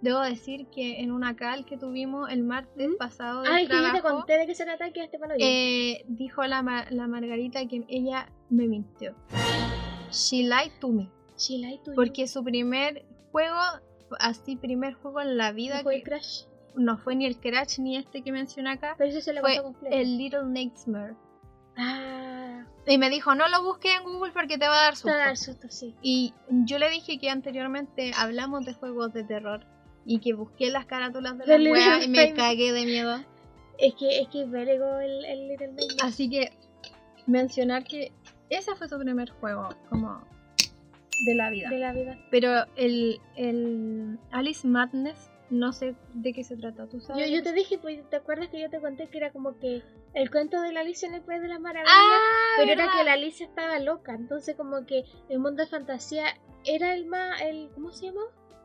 [SPEAKER 1] Debo decir que en una cal que tuvimos el martes
[SPEAKER 2] ¿Mm?
[SPEAKER 1] pasado del
[SPEAKER 2] Ah, es que yo te
[SPEAKER 1] trabajo,
[SPEAKER 2] conté de que se trata que este palo
[SPEAKER 1] eh, dijo la, Mar- la Margarita que ella me mintió. She lied to me.
[SPEAKER 2] She lied to you.
[SPEAKER 1] Porque su primer juego, así primer juego en la vida,
[SPEAKER 2] Fue el
[SPEAKER 1] que
[SPEAKER 2] crash.
[SPEAKER 1] no fue ni el Crash ni este que mencioné acá,
[SPEAKER 2] Pero eso se lo
[SPEAKER 1] fue
[SPEAKER 2] contó completo.
[SPEAKER 1] el Little Nightmare.
[SPEAKER 2] Ah,
[SPEAKER 1] Y me dijo, no lo busques en Google porque te va a dar
[SPEAKER 2] te va a dar
[SPEAKER 1] susto.
[SPEAKER 2] susto, sí.
[SPEAKER 1] Y yo le dije que anteriormente hablamos de juegos de terror y que busqué las carátulas de
[SPEAKER 2] Del
[SPEAKER 1] la
[SPEAKER 2] Little
[SPEAKER 1] wea y me
[SPEAKER 2] Nightmare.
[SPEAKER 1] cagué de miedo.
[SPEAKER 2] Es que es que es vergo el, el Little Nightmare.
[SPEAKER 1] Así que mencionar que ese fue su primer juego como de la vida.
[SPEAKER 2] de la vida.
[SPEAKER 1] Pero el, el Alice Madness, no sé de qué se trata, ¿tú
[SPEAKER 2] Yo,
[SPEAKER 1] sabes?
[SPEAKER 2] yo te dije, pues, ¿te acuerdas que yo te conté que era como que el cuento de la Alicia en el País de las Maravillas?
[SPEAKER 1] Ah,
[SPEAKER 2] pero
[SPEAKER 1] ¿verdad?
[SPEAKER 2] era que la Alicia estaba loca, entonces como que el mundo de fantasía era el más, el, ¿cómo se llama?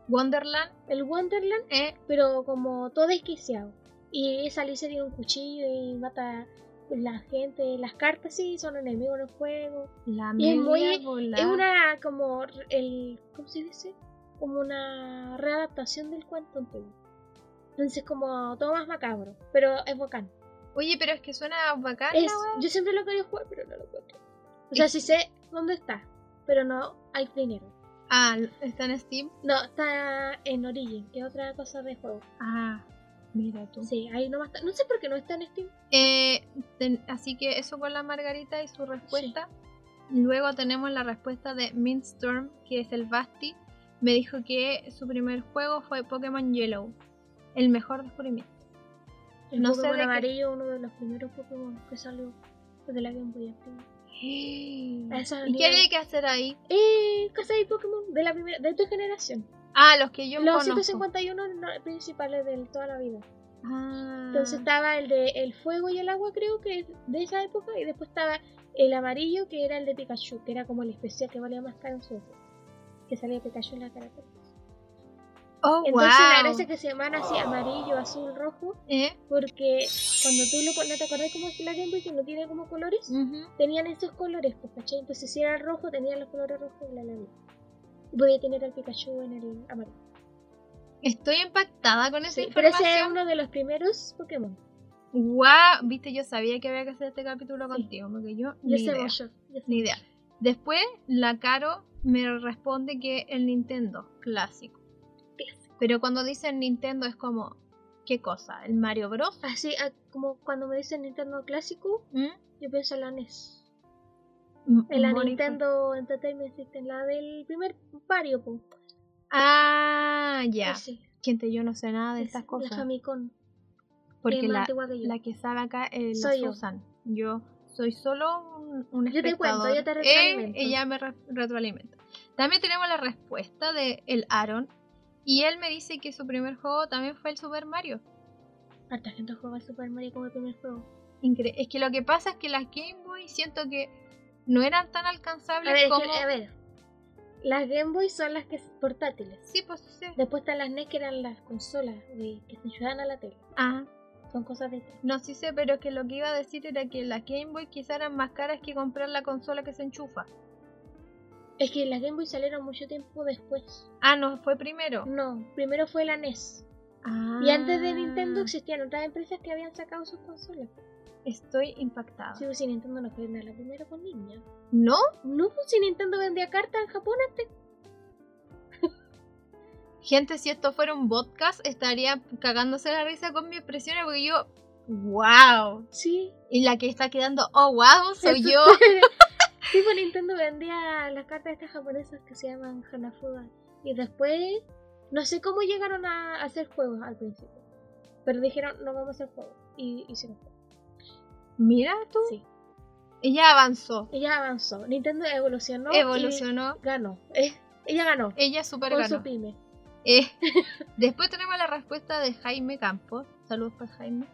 [SPEAKER 1] Wonderland,
[SPEAKER 2] El Wonderland,
[SPEAKER 1] eh,
[SPEAKER 2] pero como todo desquiciado. Y esa Alicia tiene un cuchillo y mata la gente, las cartas sí, son enemigos en el juego.
[SPEAKER 1] la
[SPEAKER 2] Y es
[SPEAKER 1] media
[SPEAKER 2] muy- es
[SPEAKER 1] volada.
[SPEAKER 2] Es una como r- el ¿cómo se dice? Como una readaptación del cuento antiguo. Entonces como todo más macabro, pero es bacán.
[SPEAKER 1] Oye, pero es que suena bacán.
[SPEAKER 2] Es,
[SPEAKER 1] Ah, la wea.
[SPEAKER 2] yo siempre lo quería jugar, pero no lo encuentro. O sea, sí sé dónde está, pero no hay dinero.
[SPEAKER 1] Ah, está en Steam.
[SPEAKER 2] No, está en Origin, que es otra cosa de juego.
[SPEAKER 1] Ah, mira tú.
[SPEAKER 2] Sí, ahí nomás está. No sé por qué no está en Steam.
[SPEAKER 1] Eh, ten- así que eso con la Margarita y su respuesta. Luego tenemos la respuesta de Mindstorm, que es el Basti. Me dijo que su primer juego fue Pokémon Yellow, el mejor
[SPEAKER 2] *gasps*
[SPEAKER 1] descubrimiento.
[SPEAKER 2] El
[SPEAKER 1] No sé
[SPEAKER 2] Pokémon
[SPEAKER 1] de qué-
[SPEAKER 2] amarillo, uno de los primeros Pokémon que salió desde la Game Boy Advance.
[SPEAKER 1] ¿Y
[SPEAKER 2] Eso es
[SPEAKER 1] qué
[SPEAKER 2] nivel.
[SPEAKER 1] había que hacer ahí?
[SPEAKER 2] Eh, casa de Pokémon de la primera, de tu generación.
[SPEAKER 1] Ah, los que yo
[SPEAKER 2] los
[SPEAKER 1] conozco.
[SPEAKER 2] 151 no- principales de toda la vida.
[SPEAKER 1] Ah,
[SPEAKER 2] Entonces estaba el de el fuego y el agua, creo que es de esa época, y después estaba el amarillo, que era el de Pikachu, que era como el especial que valía más caro en su época, que salía Pikachu en la cara.
[SPEAKER 1] oh,
[SPEAKER 2] Entonces
[SPEAKER 1] wow.
[SPEAKER 2] la gracia es que se llaman así amarillo, azul, rojo,
[SPEAKER 1] ¿Eh?
[SPEAKER 2] porque cuando tú lo pon- no te acordás cómo es la Game Boy que no tiene como colores,
[SPEAKER 1] Ujú.
[SPEAKER 2] tenían esos colores, pues, ¿cachai? Entonces si era rojo, tenían los colores rojos y la lana. Voy a tener al Pikachu en el amarillo.
[SPEAKER 1] Estoy impactada con esa
[SPEAKER 2] Sí, pero
[SPEAKER 1] información.
[SPEAKER 2] ese es uno de los primeros Pokémon.
[SPEAKER 1] Guau, viste, yo sabía que había que hacer este capítulo
[SPEAKER 2] Sí.
[SPEAKER 1] contigo, porque yo
[SPEAKER 2] Yo
[SPEAKER 1] ni
[SPEAKER 2] sé
[SPEAKER 1] idea.
[SPEAKER 2] mucho. yo sé
[SPEAKER 1] Ni
[SPEAKER 2] mucho.
[SPEAKER 1] idea. Después, la Caro me responde que el Nintendo, clásico. Pero cuando dicen Nintendo es como, ¿qué cosa? ¿El Mario Bros?
[SPEAKER 2] Así ah, como cuando me dicen Nintendo clásico,
[SPEAKER 1] ¿Mm?
[SPEAKER 2] yo pienso en la NES.
[SPEAKER 1] M-
[SPEAKER 2] En la
[SPEAKER 1] Mori-
[SPEAKER 2] Nintendo Entertainment System, la del primer Mario. pues. po.
[SPEAKER 1] Ah, ya.
[SPEAKER 2] Ese,
[SPEAKER 1] Gente, yo no sé nada de
[SPEAKER 2] ese,
[SPEAKER 1] estas
[SPEAKER 2] La
[SPEAKER 1] cosas.
[SPEAKER 2] Famicom.
[SPEAKER 1] Porque
[SPEAKER 2] es más
[SPEAKER 1] la,
[SPEAKER 2] antigua que yo.
[SPEAKER 1] la que sabe acá es la
[SPEAKER 2] Soy yo.
[SPEAKER 1] Susan. Yo soy solo un, un
[SPEAKER 2] Yo te cuento,
[SPEAKER 1] espectador.
[SPEAKER 2] yo te
[SPEAKER 1] Eh,
[SPEAKER 2] retroalimento.
[SPEAKER 1] ella me re- retroalimenta. También tenemos la respuesta de el Aaron. Y él me dice que su primer juego también fue el Super Mario.
[SPEAKER 2] Harta gente juega al Super Mario como el primer juego.
[SPEAKER 1] Incre- es que lo que pasa es que las Game Boy siento que no eran tan
[SPEAKER 2] A
[SPEAKER 1] alcanzables
[SPEAKER 2] ver, es que-
[SPEAKER 1] como...
[SPEAKER 2] a ver. Las Game Boy son las que portátiles.
[SPEAKER 1] Sí, pues sí.
[SPEAKER 2] Después están las NES que eran las consolas de- que se ayudaban a la tele.
[SPEAKER 1] Ah,
[SPEAKER 2] Son cosas distintas.
[SPEAKER 1] no sí sé, pero es que lo que iba a decir era que las Game Boy quizás eran más caras que comprar la consola que se enchufa.
[SPEAKER 2] Es que las Game Boy salieron mucho tiempo después.
[SPEAKER 1] Ah, no, fue primero.
[SPEAKER 2] No, primero fue la E NES.
[SPEAKER 1] Ah.
[SPEAKER 2] Y antes de Nintendo existían otras empresas que habían sacado sus consolas.
[SPEAKER 1] Estoy impactada.
[SPEAKER 2] Sí, pues si Nintendo no pueden dar la primera con niña.
[SPEAKER 1] ¿No?
[SPEAKER 2] No, pues si Nintendo vendía cartas en Japón antes.
[SPEAKER 1] Gente, si esto fuera un podcast, estaría cagándose la risa con mis expresiones porque yo. ¡Wow!
[SPEAKER 2] Sí.
[SPEAKER 1] Y la que está quedando, oh wow,
[SPEAKER 2] *laughs*
[SPEAKER 1] soy yo.
[SPEAKER 2] Sí, pues Nintendo vendía las cartas estas japonesas que se llaman Hanafuda. Y después, no sé cómo llegaron a hacer juegos al principio. Pero dijeron, no vamos a hacer juegos. Y hicieron juegos.
[SPEAKER 1] Mira tú.
[SPEAKER 2] Sí.
[SPEAKER 1] Ella avanzó,
[SPEAKER 2] Ella avanzó. Nintendo evolucionó. y
[SPEAKER 1] evolucionó,
[SPEAKER 2] ganó. Eh, ella ganó.
[SPEAKER 1] ella super
[SPEAKER 2] con su
[SPEAKER 1] ganó.
[SPEAKER 2] pyme.
[SPEAKER 1] Eh, *laughs* después tenemos la respuesta de Jaime Campos. Saludos para Jaime.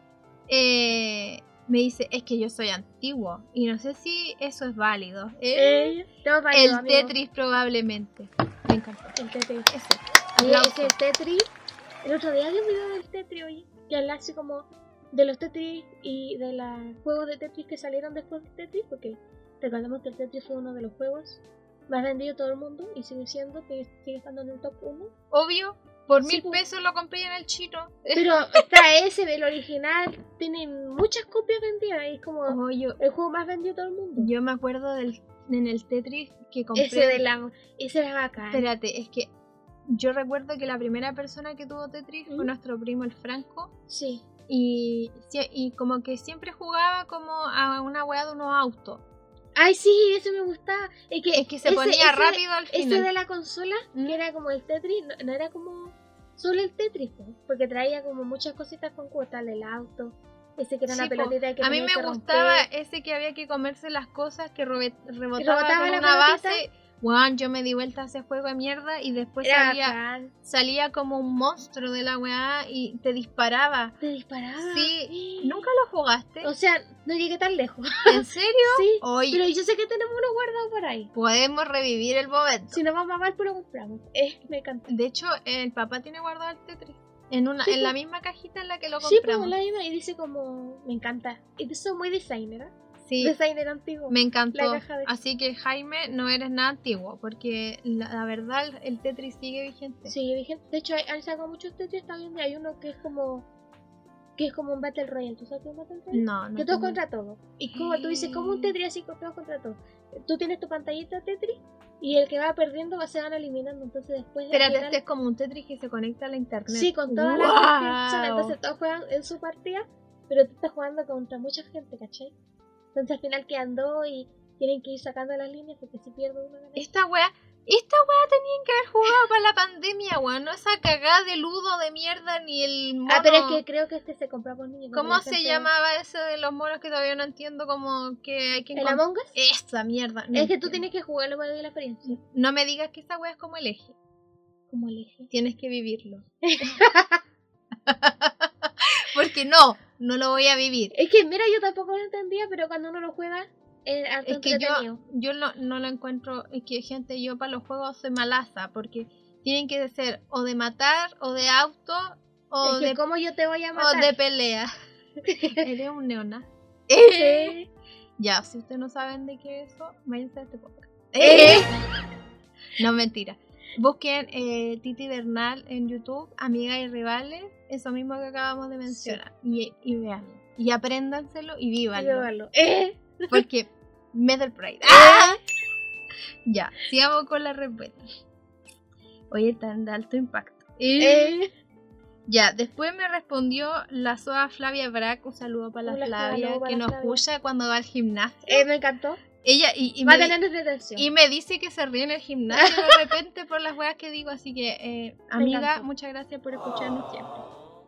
[SPEAKER 1] Eh, me dice, es que yo soy antiguo y no sé si eso es válido. Eh,
[SPEAKER 2] Eh, todo válido,
[SPEAKER 1] el
[SPEAKER 2] amigo.
[SPEAKER 1] Tetris probablemente. Me encantó.
[SPEAKER 2] El Tetris.
[SPEAKER 1] Ese.
[SPEAKER 2] Oye,
[SPEAKER 1] Aplauso.
[SPEAKER 2] ese Tetris. El otro día vi un video del Tetris, oye. Que habla así como de los Tetris y de los juegos de Tetris que salieron después del Tetris. Porque recordemos que el Tetris fue uno de los juegos más vendidos de todo el mundo y sigue siendo que sigue estando en el top 1.
[SPEAKER 1] Obvio, por
[SPEAKER 2] Sí, pues.
[SPEAKER 1] mil
[SPEAKER 2] po.
[SPEAKER 1] pesos lo compré en el chino. *laughs*
[SPEAKER 2] Pero está ese, el original. Tienen muchas copias vendidas y es como
[SPEAKER 1] Oh, yo,
[SPEAKER 2] el juego más vendido de todo el mundo.
[SPEAKER 1] yo me acuerdo del, en el Tetris que compré.
[SPEAKER 2] Ese de la. Ese era bacán.
[SPEAKER 1] Espérate, es que yo recuerdo que la primera persona que tuvo Tetris fue
[SPEAKER 2] ¿Mm?
[SPEAKER 1] nuestro primo el Franco.
[SPEAKER 2] Sí.
[SPEAKER 1] Y, sie- y como que siempre jugaba como a una weá de unos autos.
[SPEAKER 2] Ay, sí, eso me gustaba. Es que,
[SPEAKER 1] Es que se
[SPEAKER 2] ese-
[SPEAKER 1] ponía
[SPEAKER 2] ese-
[SPEAKER 1] rápido al
[SPEAKER 2] Ese
[SPEAKER 1] final.
[SPEAKER 2] de la consola,
[SPEAKER 1] Mm.
[SPEAKER 2] que era como el Tetris, no, no era como solo el Tetris, po, porque traía como muchas cositas con tal el auto, ese que era
[SPEAKER 1] Sí,
[SPEAKER 2] una
[SPEAKER 1] po.
[SPEAKER 2] pelotita que
[SPEAKER 1] a mí
[SPEAKER 2] tenía
[SPEAKER 1] me
[SPEAKER 2] que
[SPEAKER 1] gustaba
[SPEAKER 2] romper.
[SPEAKER 1] ese que había que comerse las cosas que robe- rebotaba,
[SPEAKER 2] rebotaba
[SPEAKER 1] con
[SPEAKER 2] la
[SPEAKER 1] una
[SPEAKER 2] pelotita.
[SPEAKER 1] base. Weón, yo me di vuelta a ese juego de mierda y después
[SPEAKER 2] Era
[SPEAKER 1] salía,
[SPEAKER 2] bacán.
[SPEAKER 1] salía como un monstruo de la weá y te disparaba.
[SPEAKER 2] Te disparaba. *gasps*
[SPEAKER 1] Sí, ¿Nunca lo jugaste?
[SPEAKER 2] O sea, no llegué tan
[SPEAKER 1] *laughs*
[SPEAKER 2] lejos.
[SPEAKER 1] ¿En serio?
[SPEAKER 2] sí,
[SPEAKER 1] Hoy
[SPEAKER 2] pero yo sé que tenemos uno guardado por ahí.
[SPEAKER 1] podemos revivir el momento.
[SPEAKER 2] Si nos vamos a mal, pues lo compramos. Eh, me encantó.
[SPEAKER 1] De hecho, el papá tiene guardado el Tetris. En, una,
[SPEAKER 2] Sí,
[SPEAKER 1] en la
[SPEAKER 2] po.
[SPEAKER 1] misma cajita en la que lo
[SPEAKER 2] Sí, pero
[SPEAKER 1] compramos.
[SPEAKER 2] la misma y dice como, me encanta. Y eso es muy designer, ¿eh?
[SPEAKER 1] Sí,
[SPEAKER 2] Designer antiguo.
[SPEAKER 1] me encantó.
[SPEAKER 2] la caja de-
[SPEAKER 1] Así que Jaime, no eres nada antiguo, porque la, la verdad el- el Tetris sigue vigente.
[SPEAKER 2] Sí, dije, de hecho hay- han sacado muchos Tetris también, hay uno que es como que es como un Battle Royale, ¿tú sabes qué es un Battle Royale?
[SPEAKER 1] No, no.
[SPEAKER 2] que todos
[SPEAKER 1] tengo-
[SPEAKER 2] contra todos. Y como tú dices, como un Tetris así, todos contra todos. Tú tienes tu pantallita Tetris y el que va perdiendo va se van eliminando, entonces después de
[SPEAKER 1] Espérate,
[SPEAKER 2] llegar-
[SPEAKER 1] este es como un Tetris que se conecta a la internet.
[SPEAKER 2] Sí, con todas las personas,
[SPEAKER 1] ¡Guau!
[SPEAKER 2] entonces todos juegan en su partida, pero tú estás jugando contra mucha gente, ¿cachai? Entonces al final quedan dos y tienen que ir sacando las líneas porque si pierdo uno gana.
[SPEAKER 1] Esta wea, esta wea tenían que haber jugado para la pandemia, wea. No esa cagada de ludo de mierda ni el mono.
[SPEAKER 2] Ah, pero es que creo que este se compró por niños. porque
[SPEAKER 1] ¿Cómo
[SPEAKER 2] la
[SPEAKER 1] se
[SPEAKER 2] gente-
[SPEAKER 1] llamaba ese de los monos que todavía no entiendo como que hay que
[SPEAKER 2] ¿El
[SPEAKER 1] encontrar?
[SPEAKER 2] Among Us?
[SPEAKER 1] Esta mierda. no
[SPEAKER 2] Es que tú
[SPEAKER 1] entiendo.
[SPEAKER 2] tienes que jugarlo para vivir la experiencia.
[SPEAKER 1] No me digas que esa wea es como el eje.
[SPEAKER 2] Como el eje.
[SPEAKER 1] Tienes que vivirlo. *laughs* Porque no, no lo voy a vivir.
[SPEAKER 2] Es que, mira, yo tampoco lo entendía, pero cuando uno lo juega, es harto
[SPEAKER 1] Es que yo,
[SPEAKER 2] entretenido.
[SPEAKER 1] yo no, no lo encuentro. Es que, gente, yo para los juegos soy malaza. Porque tienen que ser o de matar, o de auto, o,
[SPEAKER 2] es que,
[SPEAKER 1] de,
[SPEAKER 2] ¿cómo yo te voy a
[SPEAKER 1] o
[SPEAKER 2] matar?
[SPEAKER 1] de pelea. *laughs* Eres un *laughs* neona.
[SPEAKER 2] *laughs* Eh,
[SPEAKER 1] Ya, si ustedes no saben de qué es eso, váyanse a este podcast.
[SPEAKER 2] Eh.
[SPEAKER 1] *laughs* No, mentira. Busquen eh, Titi Bernal en YouTube, Amigas y Rivales, eso mismo que acabamos de mencionar. Y, y veanlo. Y apréndanselo y vívanlo.
[SPEAKER 2] llevarlo. Eh,
[SPEAKER 1] Porque mes del Pride. ¡Ah! Ya, sigamos con la respuesta. Oye, tan de alto impacto.
[SPEAKER 2] eh.
[SPEAKER 1] Ya, después me respondió la soa Flavia Brack. Un saludo para la
[SPEAKER 2] Hola,
[SPEAKER 1] Flavia,
[SPEAKER 2] saludo para
[SPEAKER 1] que
[SPEAKER 2] la
[SPEAKER 1] nos
[SPEAKER 2] Flavia.
[SPEAKER 1] escucha cuando va al gimnasio.
[SPEAKER 2] Eh, me encantó.
[SPEAKER 1] Ella y, y
[SPEAKER 2] Va a
[SPEAKER 1] me di-
[SPEAKER 2] tener detención.
[SPEAKER 1] y me dice que se ríe en el gimnasio de repente por las weas que digo, así que eh, amiga,
[SPEAKER 2] encantó.
[SPEAKER 1] muchas gracias por escucharnos siempre.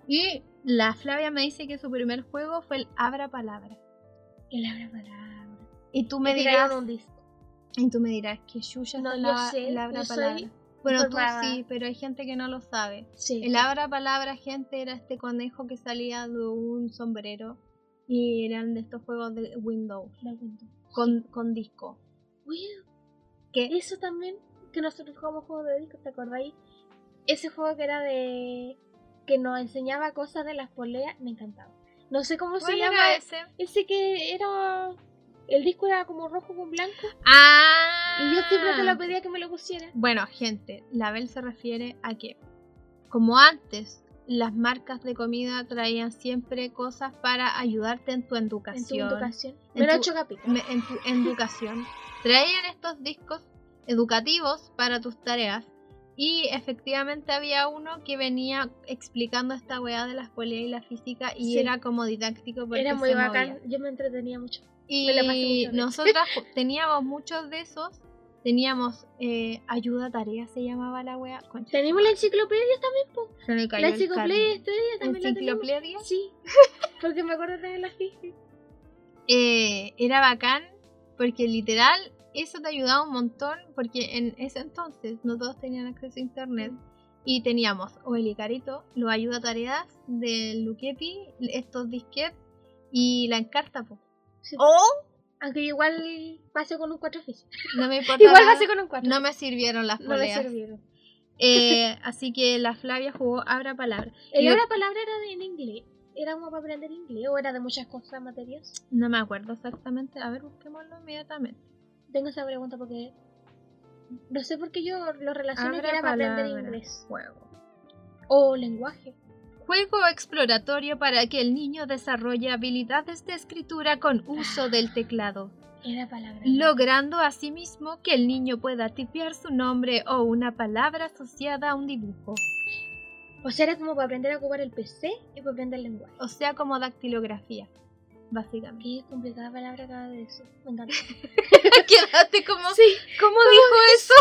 [SPEAKER 1] Y la Flavia me dice que su primer juego fue el Abra Palabra.
[SPEAKER 2] Que la abra palabra.
[SPEAKER 1] Y tú me
[SPEAKER 2] Y
[SPEAKER 1] dirás,
[SPEAKER 2] tiraron un disco.
[SPEAKER 1] y tú me dirás que Yuya
[SPEAKER 2] No,
[SPEAKER 1] es
[SPEAKER 2] yo
[SPEAKER 1] la-
[SPEAKER 2] sé,
[SPEAKER 1] el Abra
[SPEAKER 2] yo soy
[SPEAKER 1] Palabra. Bueno, tú
[SPEAKER 2] informada.
[SPEAKER 1] sí, pero hay gente que no lo sabe.
[SPEAKER 2] Sí.
[SPEAKER 1] El Abra Palabra, gente, era este conejo que salía de un sombrero y eran de estos juegos de Windows
[SPEAKER 2] La cuento.
[SPEAKER 1] con, con disco.
[SPEAKER 2] Bueno,
[SPEAKER 1] ¿Qué?
[SPEAKER 2] Eso también, que nosotros jugamos juegos de disco, ¿te acordáis? Ese juego que era de... Que nos enseñaba cosas de las poleas, me encantaba. No sé cómo se
[SPEAKER 1] ¿Cuál era
[SPEAKER 2] llama
[SPEAKER 1] ese?
[SPEAKER 2] Ese que era. El disco era como rojo con blanco.
[SPEAKER 1] Ah,
[SPEAKER 2] Y yo siempre te lo pedía que me lo pusiera.
[SPEAKER 1] Bueno, gente, la Bel se refiere a que, como antes, las marcas de comida traían siempre cosas para ayudarte en tu
[SPEAKER 2] En tu
[SPEAKER 1] educación.
[SPEAKER 2] educación.
[SPEAKER 1] En
[SPEAKER 2] Me lo
[SPEAKER 1] tu-
[SPEAKER 2] ha hecho Gapi.
[SPEAKER 1] me- en tu educación. Traían estos discos educativos para tus tareas. Y efectivamente había uno que venía explicando esta weá de las polías y la física y
[SPEAKER 2] Sí.
[SPEAKER 1] era como didáctico porque
[SPEAKER 2] Era muy
[SPEAKER 1] se
[SPEAKER 2] bacán.
[SPEAKER 1] movía.
[SPEAKER 2] Yo me entretenía mucho. Me la pasé
[SPEAKER 1] Y
[SPEAKER 2] mucho bien.
[SPEAKER 1] nosotras *laughs* ju- teníamos muchos de esos. Teníamos eh, ayuda a tarea, se llamaba la wea. Concha,
[SPEAKER 2] Tenemos la enciclopedia también, po.
[SPEAKER 1] se me cayó
[SPEAKER 2] La
[SPEAKER 1] el carnet.
[SPEAKER 2] enciclopedia estrella también la tenemos.
[SPEAKER 1] Enciclopedia.
[SPEAKER 2] Sí. Porque me acuerdo de la fija.
[SPEAKER 1] eh, era bacán porque literal eso te ayudaba un montón porque en ese entonces no todos tenían acceso a internet y teníamos o el Icarito, los ayuda tareas del Luchetti, estos disquetes y la encarta. po.
[SPEAKER 2] Sí.
[SPEAKER 1] O
[SPEAKER 2] Aunque igual pasé con un 4 físico.
[SPEAKER 1] no me importa,
[SPEAKER 2] Igual
[SPEAKER 1] nada,
[SPEAKER 2] pasé con un 4.
[SPEAKER 1] no me sirvieron las
[SPEAKER 2] no le
[SPEAKER 1] poleas.
[SPEAKER 2] sirvieron.
[SPEAKER 1] Eh, así que la Flavia jugó Abra Palabra.
[SPEAKER 2] El
[SPEAKER 1] Yo-
[SPEAKER 2] ahora palabra era de- en inglés. Era como para aprender inglés o era de muchas cosas, materias.
[SPEAKER 1] No me acuerdo exactamente, a ver, busquémoslo inmediatamente.
[SPEAKER 2] Tengo esa pregunta porque. No sé por qué yo lo relaciono
[SPEAKER 1] Abra
[SPEAKER 2] que era para aprender
[SPEAKER 1] palabra.
[SPEAKER 2] inglés.
[SPEAKER 1] Juego.
[SPEAKER 2] O lenguaje.
[SPEAKER 1] Juego exploratorio para que el niño desarrolle habilidades de escritura con uso del teclado,
[SPEAKER 2] Era palabra.
[SPEAKER 1] logrando asimismo que el niño pueda tipear su nombre o una palabra asociada a un dibujo,
[SPEAKER 2] O sea, era como para aprender a ocupar el PC y para aprender el lenguaje.
[SPEAKER 1] o sea como dactilografía,
[SPEAKER 2] *laughs*
[SPEAKER 1] básicamente.
[SPEAKER 2] Qué complicada palabra acaba de decir. Me encanta.
[SPEAKER 1] Quédate como...
[SPEAKER 2] sí,
[SPEAKER 1] *laughs* ¿Cómo dijo eso?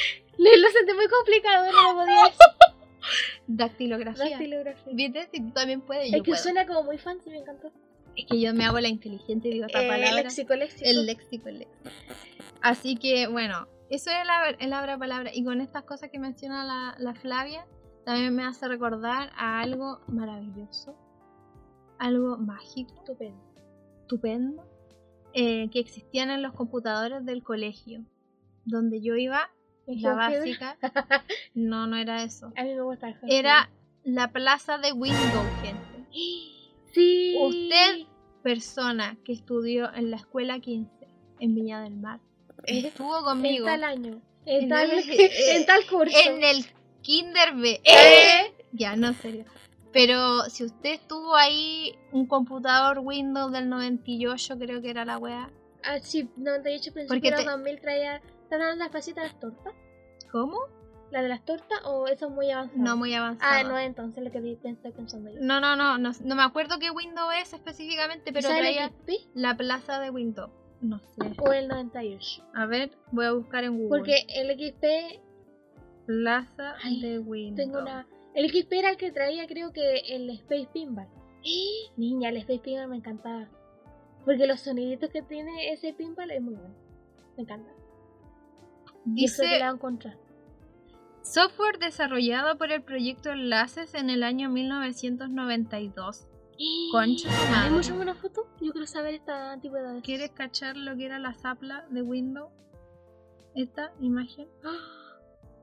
[SPEAKER 2] *laughs* lo, lo sentí muy complicado, no
[SPEAKER 1] *laughs*
[SPEAKER 2] lo podía decir.
[SPEAKER 1] Dactilografía.
[SPEAKER 2] Dactilografía.
[SPEAKER 1] ¿Viste? Si tú también puedes, yo
[SPEAKER 2] Es que
[SPEAKER 1] puedo.
[SPEAKER 2] suena como muy fancy, me encantó.
[SPEAKER 1] Es que yo me hago la inteligente y digo esa
[SPEAKER 2] Eh,
[SPEAKER 1] palabra.
[SPEAKER 2] léxico, léxico.
[SPEAKER 1] El léxico, el léxico. Así que, bueno, eso es la, el abra palabra. Y con estas cosas que menciona la, la Flavia, también me hace recordar a algo maravilloso, algo mágico,
[SPEAKER 2] Estupendo.
[SPEAKER 1] estupendo, eh, que existían en los computadores del colegio. Donde yo iba, la básica, no, no era eso.
[SPEAKER 2] A mí me gusta el Humpty.
[SPEAKER 1] Era la plaza de Windows, gente.
[SPEAKER 2] *gasps* Sí.
[SPEAKER 1] Usted persona que estudió en la escuela 15 en Viña del Mar. Estuvo
[SPEAKER 2] En
[SPEAKER 1] conmigo
[SPEAKER 2] tal año. En
[SPEAKER 1] En
[SPEAKER 2] tal,
[SPEAKER 1] el-
[SPEAKER 2] *laughs* en tal curso.
[SPEAKER 1] en el Kinder
[SPEAKER 2] *laughs*
[SPEAKER 1] B.
[SPEAKER 2] Eh.
[SPEAKER 1] Ya, no, en serio. Pero si usted estuvo ahí, un computador Windows del 98, creo que era la wea.
[SPEAKER 2] Ah, sí, 98
[SPEAKER 1] Porque
[SPEAKER 2] principio de
[SPEAKER 1] te-
[SPEAKER 2] 2000 traía. ¿Están dando las pasitas de las tortas?
[SPEAKER 1] ¿Cómo?
[SPEAKER 2] ¿La de las tortas o eso es muy avanzado?
[SPEAKER 1] No muy avanzado.
[SPEAKER 2] Ah, no, entonces lo que di- estoy pensando yo.
[SPEAKER 1] no, no, no, no, no me acuerdo qué Windows es específicamente, pero
[SPEAKER 2] ¿Sabes
[SPEAKER 1] traía
[SPEAKER 2] el XP
[SPEAKER 1] la plaza de Windows. No sé.
[SPEAKER 2] o el 98?
[SPEAKER 1] A ver, voy a buscar en Google.
[SPEAKER 2] Porque el XP,
[SPEAKER 1] Plaza
[SPEAKER 2] Ay,
[SPEAKER 1] de Windows.
[SPEAKER 2] tengo una. El XP era el que traía, creo que el Space Pinball. Niña, el Space Pinball me encantaba. Porque los soniditos que tiene ese pinball es muy bueno. Me encanta. Dice...
[SPEAKER 1] Dice
[SPEAKER 2] que la van a encontrar.
[SPEAKER 1] Software desarrollado por el proyecto Enlaces en el año 1992. Concha su madre.
[SPEAKER 2] ¿Hay mucho buena foto? Yo quiero saber esta antigüedad.
[SPEAKER 1] ¿Quieres cachar lo que era la zapla de Windows? Esta imagen.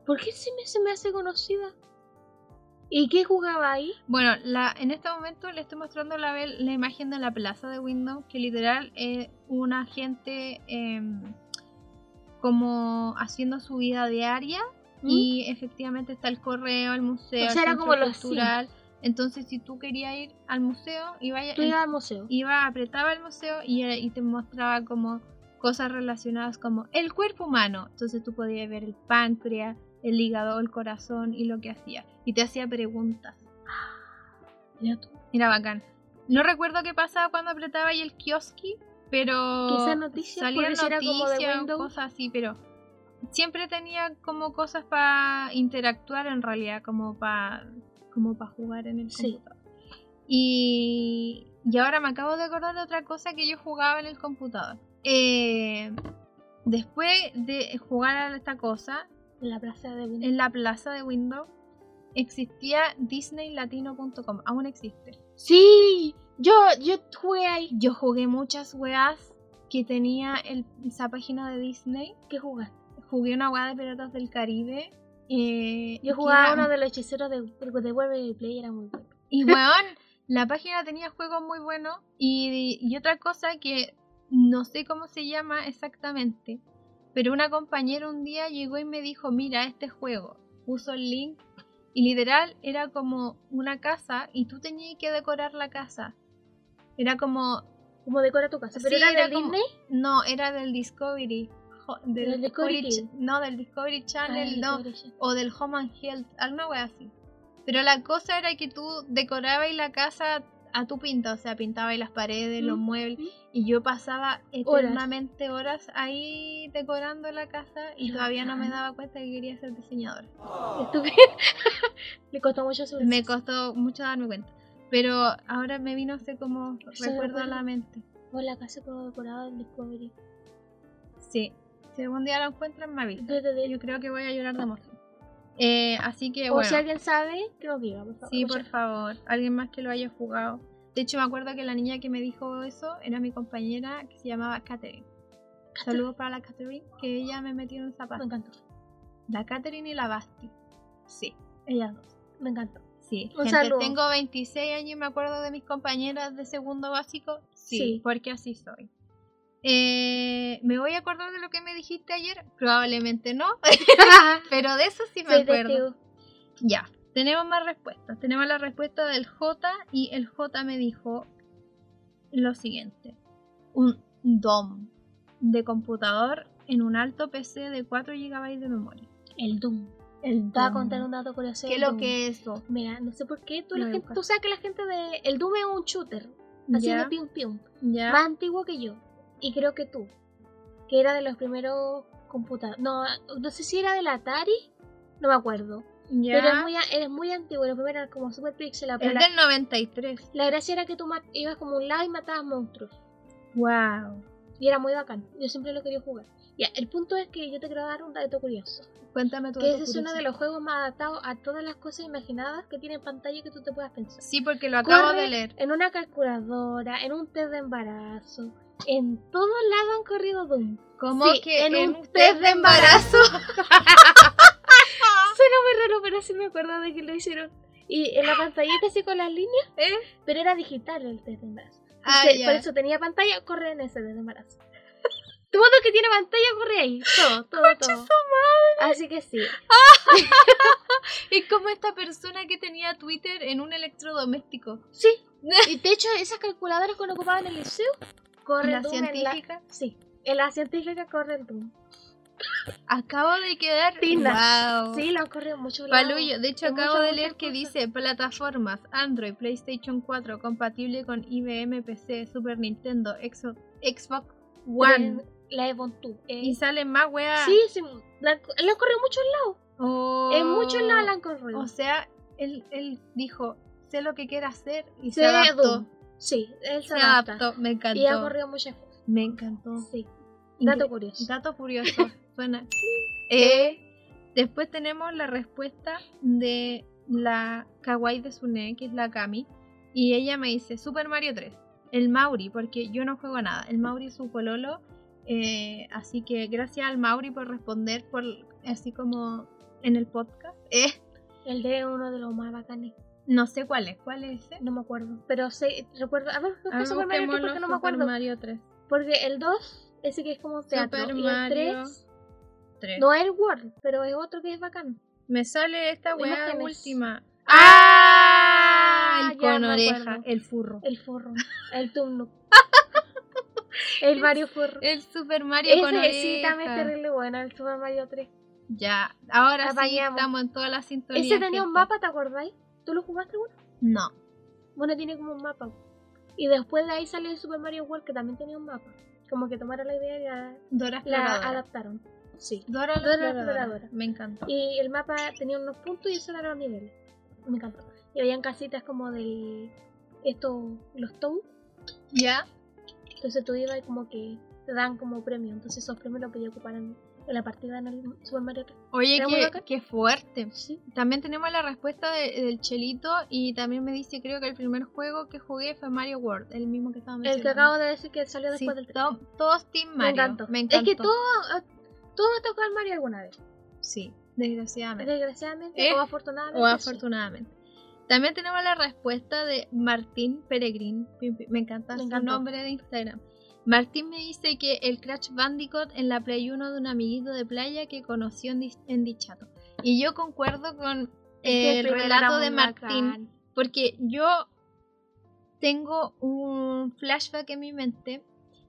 [SPEAKER 2] ¿Por qué se me, se me hace conocida? ¿Y qué jugaba ahí?
[SPEAKER 1] Bueno, la, en este momento le estoy mostrando la, vel- la imagen de la plaza de Windows, que literal es una gente em, como haciendo su vida diaria
[SPEAKER 2] ¿Mm?
[SPEAKER 1] y efectivamente está el correo, el museo,
[SPEAKER 2] O sea,
[SPEAKER 1] el
[SPEAKER 2] era
[SPEAKER 1] centro
[SPEAKER 2] como los
[SPEAKER 1] cultural. Entonces, si tú querías ir al museo, iba
[SPEAKER 2] Tú ibas al museo.
[SPEAKER 1] iba, apretaba el museo y, era- y te mostraba como cosas relacionadas como el cuerpo humano. Entonces tú podías ver el páncreas, el hígado, el corazón y lo que hacía. Y te hacía preguntas.
[SPEAKER 2] *gasps* Mira tú.
[SPEAKER 1] Era bacán. No recuerdo qué pasaba cuando apretaba ahí el kioski, pero
[SPEAKER 2] Quizás noticias,
[SPEAKER 1] salían
[SPEAKER 2] porque si era como de
[SPEAKER 1] noticias,
[SPEAKER 2] Windows.
[SPEAKER 1] cosas así, pero siempre tenía como cosas para interactuar en realidad, como para como para jugar en el
[SPEAKER 2] Sí.
[SPEAKER 1] computador. Y, y ahora me acabo de acordar de otra cosa que yo jugaba en el computador. Eh, después de jugar a esta cosa,
[SPEAKER 2] En la plaza de Windows.
[SPEAKER 1] en la plaza de Windows existía disneylatino.com, aún existe.
[SPEAKER 2] Sí, yo, yo jugué ahí.
[SPEAKER 1] Yo jugué muchas weas que tenía el- esa página de Disney.
[SPEAKER 2] ¿Qué jugaste?
[SPEAKER 1] Jugué una wea de Piratas del Caribe. eh,
[SPEAKER 2] Yo
[SPEAKER 1] que
[SPEAKER 2] jugaba
[SPEAKER 1] era-
[SPEAKER 2] uno de los hechiceros de, de Waverly Play, era muy bueno.
[SPEAKER 1] Y weón, la página tenía juegos muy buenos. Y, y otra cosa que no sé cómo se llama exactamente. Pero una compañera un día llegó y me dijo, mira este juego. Puso el link Y literal era como una casa y tú tenías que decorar la casa. Era como.
[SPEAKER 2] Como decora tu casa. Pero
[SPEAKER 1] Sí,
[SPEAKER 2] era,
[SPEAKER 1] era
[SPEAKER 2] de
[SPEAKER 1] como-
[SPEAKER 2] Disney.
[SPEAKER 1] No, era del Discovery. jo- Del
[SPEAKER 2] ¿Del Discovery
[SPEAKER 1] Ch-
[SPEAKER 2] Kids? Ah,
[SPEAKER 1] No, del Discovery Channel,
[SPEAKER 2] Ay,
[SPEAKER 1] no.
[SPEAKER 2] pobre.
[SPEAKER 1] O del Home and Health, alguna wea así. Pero la cosa era que tú decorabas la casa a tu pinta, o sea, pintabas las paredes, los
[SPEAKER 2] Mm,
[SPEAKER 1] muebles.
[SPEAKER 2] mm.
[SPEAKER 1] Y yo pasaba
[SPEAKER 2] Horas.
[SPEAKER 1] eternamente horas ahí decorando la casa y
[SPEAKER 2] Qué
[SPEAKER 1] todavía no me
[SPEAKER 2] bacán.
[SPEAKER 1] daba cuenta que quería ser diseñadora.
[SPEAKER 2] Estúpido. *laughs* Le costó mucho su
[SPEAKER 1] Me costó mucho darme cuenta. Pero ahora me vino ese como
[SPEAKER 2] Ese
[SPEAKER 1] recuerdo a
[SPEAKER 2] recuerdo.
[SPEAKER 1] la mente.
[SPEAKER 2] Por la casa como decorada del Discovery.
[SPEAKER 1] Sí. Si algún día lo encuentran, me avisan.
[SPEAKER 2] Desde de-
[SPEAKER 1] Yo creo que voy a llorar de emoción. Eh, así que
[SPEAKER 2] o
[SPEAKER 1] bueno.
[SPEAKER 2] si alguien sabe, que nos diga, por favor.
[SPEAKER 1] Sí,
[SPEAKER 2] O sea,
[SPEAKER 1] por favor. Alguien más que lo haya jugado. De hecho, me acuerdo que la niña que me dijo eso era mi compañera que se llamaba Katherine. Saludos para la Katherine, que ella me metió en un
[SPEAKER 2] Me
[SPEAKER 1] zapato.
[SPEAKER 2] encantó.
[SPEAKER 1] La Katherine y la Basti. Sí, ellas dos. *laughs*
[SPEAKER 2] Me encantó.
[SPEAKER 1] Sí,
[SPEAKER 2] Un
[SPEAKER 1] gente,
[SPEAKER 2] saludo.
[SPEAKER 1] tengo 26 años y me acuerdo de mis compañeras de segundo básico. Sí,
[SPEAKER 2] Sí.
[SPEAKER 1] porque así soy. Eh, ¿Me voy a acordar de lo que me dijiste ayer? Probablemente no, *laughs* pero de eso sí me
[SPEAKER 2] Soy de
[SPEAKER 1] acuerdo.
[SPEAKER 2] Teo.
[SPEAKER 1] Ya, tenemos más respuestas. Tenemos la respuesta del J y el J me dijo lo siguiente. Un DOM de computador en un alto PC de 4 GB de memoria.
[SPEAKER 2] El Doom.
[SPEAKER 1] El
[SPEAKER 2] Te voy a contar un dato curioso.
[SPEAKER 1] Mm. ¿Qué es
[SPEAKER 2] del
[SPEAKER 1] lo
[SPEAKER 2] Doom.
[SPEAKER 1] que es eso?
[SPEAKER 2] Mira, no sé por qué tú,
[SPEAKER 1] Lo
[SPEAKER 2] la gente,
[SPEAKER 1] buscas.
[SPEAKER 2] tú sabes que la gente de... El Doom es un shooter. Así de
[SPEAKER 1] Ya,
[SPEAKER 2] pium pium.
[SPEAKER 1] ya.
[SPEAKER 2] Más antiguo que yo. Y creo que tú. Que era de los primeros computadores. No, no sé si era del Atari. No me acuerdo.
[SPEAKER 1] ya.
[SPEAKER 2] Pero es muy, a- es muy antiguo. Los primeros eran como super pixelados.
[SPEAKER 1] Es
[SPEAKER 2] Pero la,
[SPEAKER 1] del 93.
[SPEAKER 2] la gracia era que tú ma- ibas como a un lado y matabas monstruos.
[SPEAKER 1] Wow.
[SPEAKER 2] Y era muy bacán. Yo siempre lo quería jugar. Ya, el punto es que yo te quiero dar un dato curioso.
[SPEAKER 1] Cuéntame tu
[SPEAKER 2] Que
[SPEAKER 1] dato
[SPEAKER 2] ese es uno
[SPEAKER 1] curioso.
[SPEAKER 2] de los juegos más adaptados a todas las cosas imaginadas que tiene pantalla que tú te puedas pensar.
[SPEAKER 1] Sí, porque lo acabo
[SPEAKER 2] Corre
[SPEAKER 1] de leer.
[SPEAKER 2] En una calculadora, en un test de embarazo. En todos lados han corrido Doom.
[SPEAKER 1] Como
[SPEAKER 2] sí,
[SPEAKER 1] que
[SPEAKER 2] en
[SPEAKER 1] en,
[SPEAKER 2] un
[SPEAKER 1] un test de embarazo. *laughs*
[SPEAKER 2] Suena muy raro, pero sí me acuerdo de que lo hicieron. Y en la pantallita así con las líneas,
[SPEAKER 1] ¿Eh?
[SPEAKER 2] pero era digital el test de embarazo.
[SPEAKER 1] Ah,
[SPEAKER 2] Entonces,
[SPEAKER 1] ya.
[SPEAKER 2] Por eso tenía pantalla, corre en ese test de embarazo. *laughs* Todo lo que tiene pantalla corre ahí. Todo, todo, todo. Así que sí.
[SPEAKER 1] Es como esta persona que tenía Twitter en un electrodoméstico. *laughs*
[SPEAKER 2] Sí. Y de hecho, esas calculadoras que uno ocupaba en el liceo, corre
[SPEAKER 1] La
[SPEAKER 2] Doom En
[SPEAKER 1] científica.
[SPEAKER 2] la... Sí. En la científica corre el Doom.
[SPEAKER 1] Acabo de quedar.
[SPEAKER 2] Tina.
[SPEAKER 1] Wow.
[SPEAKER 2] Sí, lo han corrido mucho.
[SPEAKER 1] Palullo, de hecho
[SPEAKER 2] Hay
[SPEAKER 1] acabo
[SPEAKER 2] muchas,
[SPEAKER 1] de
[SPEAKER 2] muchas
[SPEAKER 1] leer que
[SPEAKER 2] cosas.
[SPEAKER 1] dice plataformas Android, PlayStation 4, compatible con IBM PC, Super Nintendo, Exo- Xbox One.
[SPEAKER 2] La Evon 2. eh.
[SPEAKER 1] Y ah. salen más weas.
[SPEAKER 2] Sí, sí. La, han co- la han corrido mucho
[SPEAKER 1] Oh.
[SPEAKER 2] En muchos lados la han corrido.
[SPEAKER 1] O sea, él, él dijo, sé lo que quiera hacer y se,
[SPEAKER 2] Sí,
[SPEAKER 1] adaptó.
[SPEAKER 2] Doom. Sí, él se,
[SPEAKER 1] Se
[SPEAKER 2] adapta.
[SPEAKER 1] adaptó, me encantó.
[SPEAKER 2] Y ha corrido muchas cosas.
[SPEAKER 1] Me encantó.
[SPEAKER 2] Sí.
[SPEAKER 1] Incre-
[SPEAKER 2] Dato curioso.
[SPEAKER 1] Dato
[SPEAKER 2] *laughs*
[SPEAKER 1] curioso, suena. Eh, después tenemos la respuesta de la Kawaii de Sune, que es la Kami. Y ella me dice, Super Mario 3. El Mauri, porque yo no juego nada. El Mauri es su pololo. eh, así que gracias al Mauri por responder, por así como en el podcast. Eh,
[SPEAKER 2] El de uno de los más bacanes.
[SPEAKER 1] no sé cuál es, cuál es ese.
[SPEAKER 2] No me acuerdo. Pero sé, recuerdo. A ver,
[SPEAKER 1] A ver,
[SPEAKER 2] busca Super Mario
[SPEAKER 1] busquémoslo,
[SPEAKER 2] 3 porque no me
[SPEAKER 1] Super
[SPEAKER 2] acuerdo.
[SPEAKER 1] Mario 3.
[SPEAKER 2] Porque el 2, ese que es como un teatro.
[SPEAKER 1] Super
[SPEAKER 2] y el
[SPEAKER 1] Mario
[SPEAKER 2] 3,
[SPEAKER 1] 3.
[SPEAKER 2] no es el World, pero es otro que es bacán.
[SPEAKER 1] Me sale esta weá
[SPEAKER 2] Imágenes.
[SPEAKER 1] última.
[SPEAKER 2] ¡Ah!
[SPEAKER 1] El
[SPEAKER 2] Ya
[SPEAKER 1] con
[SPEAKER 2] me
[SPEAKER 1] oreja,
[SPEAKER 2] acuerdo.
[SPEAKER 1] el furro.
[SPEAKER 2] El forro.
[SPEAKER 1] *laughs*
[SPEAKER 2] El turno. el Mario forro.
[SPEAKER 1] El Super Mario con
[SPEAKER 2] Ese
[SPEAKER 1] oreja.
[SPEAKER 2] sí también es terrible bueno, el Super Mario 3.
[SPEAKER 1] Ya, ahora
[SPEAKER 2] La
[SPEAKER 1] sí
[SPEAKER 2] bañamos.
[SPEAKER 1] estamos en toda la sintonía.
[SPEAKER 2] Ese tenía un
[SPEAKER 1] gente.
[SPEAKER 2] mapa, ¿te acordáis? ¿Tú lo jugaste uno?
[SPEAKER 1] No.
[SPEAKER 2] Bueno, tiene como un mapa. Y después de ahí salió el Super Mario World, que también tenía un mapa. Como que tomaron la idea y la,
[SPEAKER 1] Dora
[SPEAKER 2] la
[SPEAKER 1] Exploradora.
[SPEAKER 2] adaptaron. Sí.
[SPEAKER 1] Dora la
[SPEAKER 2] Dora la
[SPEAKER 1] Exploradora.
[SPEAKER 2] Exploradora.
[SPEAKER 1] Me encantó.
[SPEAKER 2] Y el mapa tenía unos puntos y eso eran los niveles. Me encantó. Y habían casitas como de estos, los Toad.
[SPEAKER 1] Ya,
[SPEAKER 2] Entonces tú ibas y como que te dan como premio. Entonces esos premios los podías ocupar en, en la partida en el Super Mario 3.
[SPEAKER 1] oye,
[SPEAKER 2] Era muy
[SPEAKER 1] qué,
[SPEAKER 2] bacán.
[SPEAKER 1] qué fuerte.
[SPEAKER 2] Sí.
[SPEAKER 1] También tenemos la respuesta de- del Chelito y también me dice, creo que el primer juego que jugué fue Mario World, el mismo que estaba
[SPEAKER 2] El que
[SPEAKER 1] mencionando.
[SPEAKER 2] acabo de decir que salió
[SPEAKER 1] Sí,
[SPEAKER 2] después del 3.
[SPEAKER 1] to- todos Team Mario.
[SPEAKER 2] Me encantó. Es que todo, todo ha tocado al Mario alguna vez.
[SPEAKER 1] Sí, desgraciadamente.
[SPEAKER 2] Desgraciadamente
[SPEAKER 1] Eh,
[SPEAKER 2] o afortunadamente.
[SPEAKER 1] O
[SPEAKER 2] sí.
[SPEAKER 1] afortunadamente. También tenemos la respuesta de Martín Peregrín. Pim, pim. Me encanta
[SPEAKER 2] Me
[SPEAKER 1] su
[SPEAKER 2] encantó.
[SPEAKER 1] nombre de Instagram. Martín me dice que el Crash Bandicoot en la Play 1 de un amiguito de playa que conoció en, Dis- en Dichato. Y yo concuerdo con eh, el
[SPEAKER 2] primero era
[SPEAKER 1] relato
[SPEAKER 2] muy
[SPEAKER 1] de Martín.
[SPEAKER 2] bacán.
[SPEAKER 1] Porque yo tengo un flashback en mi mente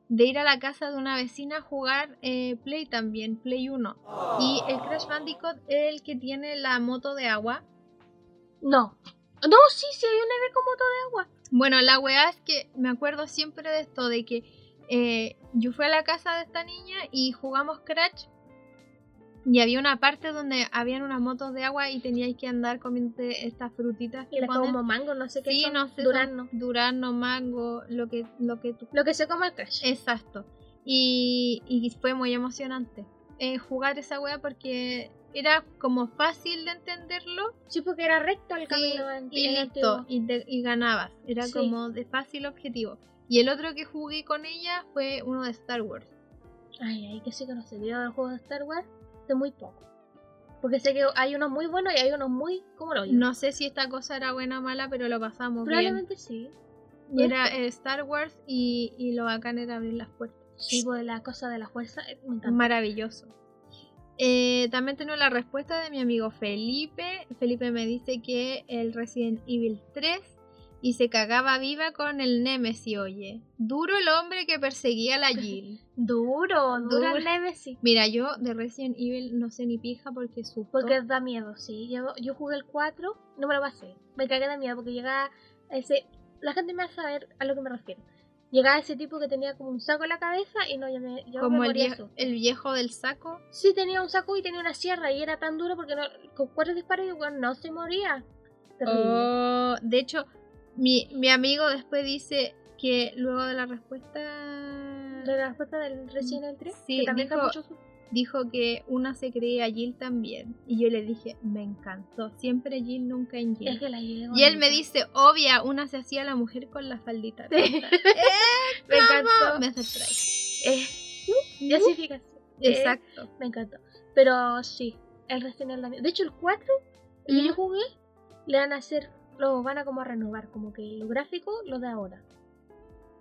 [SPEAKER 1] de ir a la casa de una vecina a jugar eh, Play también, Play 1. Y el Crash Bandicoot es el que tiene la moto de agua.
[SPEAKER 2] No. No, sí, sí, hay una vez como todo.
[SPEAKER 1] Bueno, la weá es que me acuerdo siempre de esto, de que eh, yo fui a la casa de esta niña y jugamos Crash. Y había una parte donde habían unas motos de agua y teníais que andar comiendo estas frutitas que
[SPEAKER 2] Era
[SPEAKER 1] ponen.
[SPEAKER 2] como mango, no sé qué
[SPEAKER 1] Sí,
[SPEAKER 2] son.
[SPEAKER 1] no sé,
[SPEAKER 2] durazno.
[SPEAKER 1] son durazno, mango, lo que, lo que tú...
[SPEAKER 2] Lo que se come el crash.
[SPEAKER 1] Exacto. Y, y fue muy emocionante eh, jugar esa wea porque era como fácil de entenderlo
[SPEAKER 2] Sí, porque era recto el
[SPEAKER 1] sí,
[SPEAKER 2] camino. en-
[SPEAKER 1] y
[SPEAKER 2] en
[SPEAKER 1] listo,
[SPEAKER 2] antiguo.
[SPEAKER 1] y, te- y ganabas. Era
[SPEAKER 2] Sí.
[SPEAKER 1] como de fácil objetivo. Y el otro que jugué con ella fue uno de Star Wars.
[SPEAKER 2] Ay, ay, que sí que no sé. Yo del juego de Star Wars sé muy poco. Porque sé que hay unos muy buenos y hay unos muy como lo
[SPEAKER 1] No sé si esta cosa era buena o mala, pero lo pasamos bien.
[SPEAKER 2] Probablemente sí.
[SPEAKER 1] Y era eh, Star Wars y, y lo bacán era abrir las puertas.
[SPEAKER 2] Tipo de pues, la cosa de la fuerza. eh, Me encanta.
[SPEAKER 1] Maravilloso. Eh, también tengo la respuesta de mi amigo Felipe. Felipe me dice que el Resident Evil 3 y se cagaba viva con el Nemesis, oye. Duro el hombre que perseguía a
[SPEAKER 2] *laughs*
[SPEAKER 1] la Jill.
[SPEAKER 2] Duro, duro
[SPEAKER 1] Duro.
[SPEAKER 2] el Nemesis.
[SPEAKER 1] Mira, yo de Resident Evil no sé ni pija porque supo.
[SPEAKER 2] Porque da miedo, sí. Yo, yo jugué el 4, no me lo pasé. Me cagué de miedo porque llegaba a ese. La gente me va a saber a lo que me refiero. Llegaba ese tipo que tenía como un saco en la cabeza y no, yo me, yo
[SPEAKER 1] como
[SPEAKER 2] me
[SPEAKER 1] el,
[SPEAKER 2] moría
[SPEAKER 1] vie-
[SPEAKER 2] eso.
[SPEAKER 1] el viejo del saco.
[SPEAKER 2] Sí, tenía un saco y tenía una sierra y era tan duro porque no- con cuatro disparos igual no se moría. Terrible.
[SPEAKER 1] Oh, de hecho, mi, mi amigo después dice que luego de la respuesta
[SPEAKER 2] De la respuesta del recién el 3,
[SPEAKER 1] Mm, Sí,
[SPEAKER 2] que también
[SPEAKER 1] dijo-
[SPEAKER 2] da mucho susto.
[SPEAKER 1] dijo que una se creía Jill también. Y yo le dije, me encantó. Siempre Jill, nunca en
[SPEAKER 2] Es
[SPEAKER 1] Jill.
[SPEAKER 2] que la llevo
[SPEAKER 1] Y él me dice, obvia, una se hacía la mujer con la faldita. corta". ¡Eh,
[SPEAKER 2] *laughs* Me encantó.
[SPEAKER 1] Me hace strike.
[SPEAKER 2] *laughs* Eh, ya sí, fíjate. Eh,
[SPEAKER 1] Exacto.
[SPEAKER 2] Me encantó. Pero sí, el Resident Evil también. De hecho, el 4, el que yo jugué, le van a hacer, lo van a como a renovar, como que lo gráfico, lo de ahora.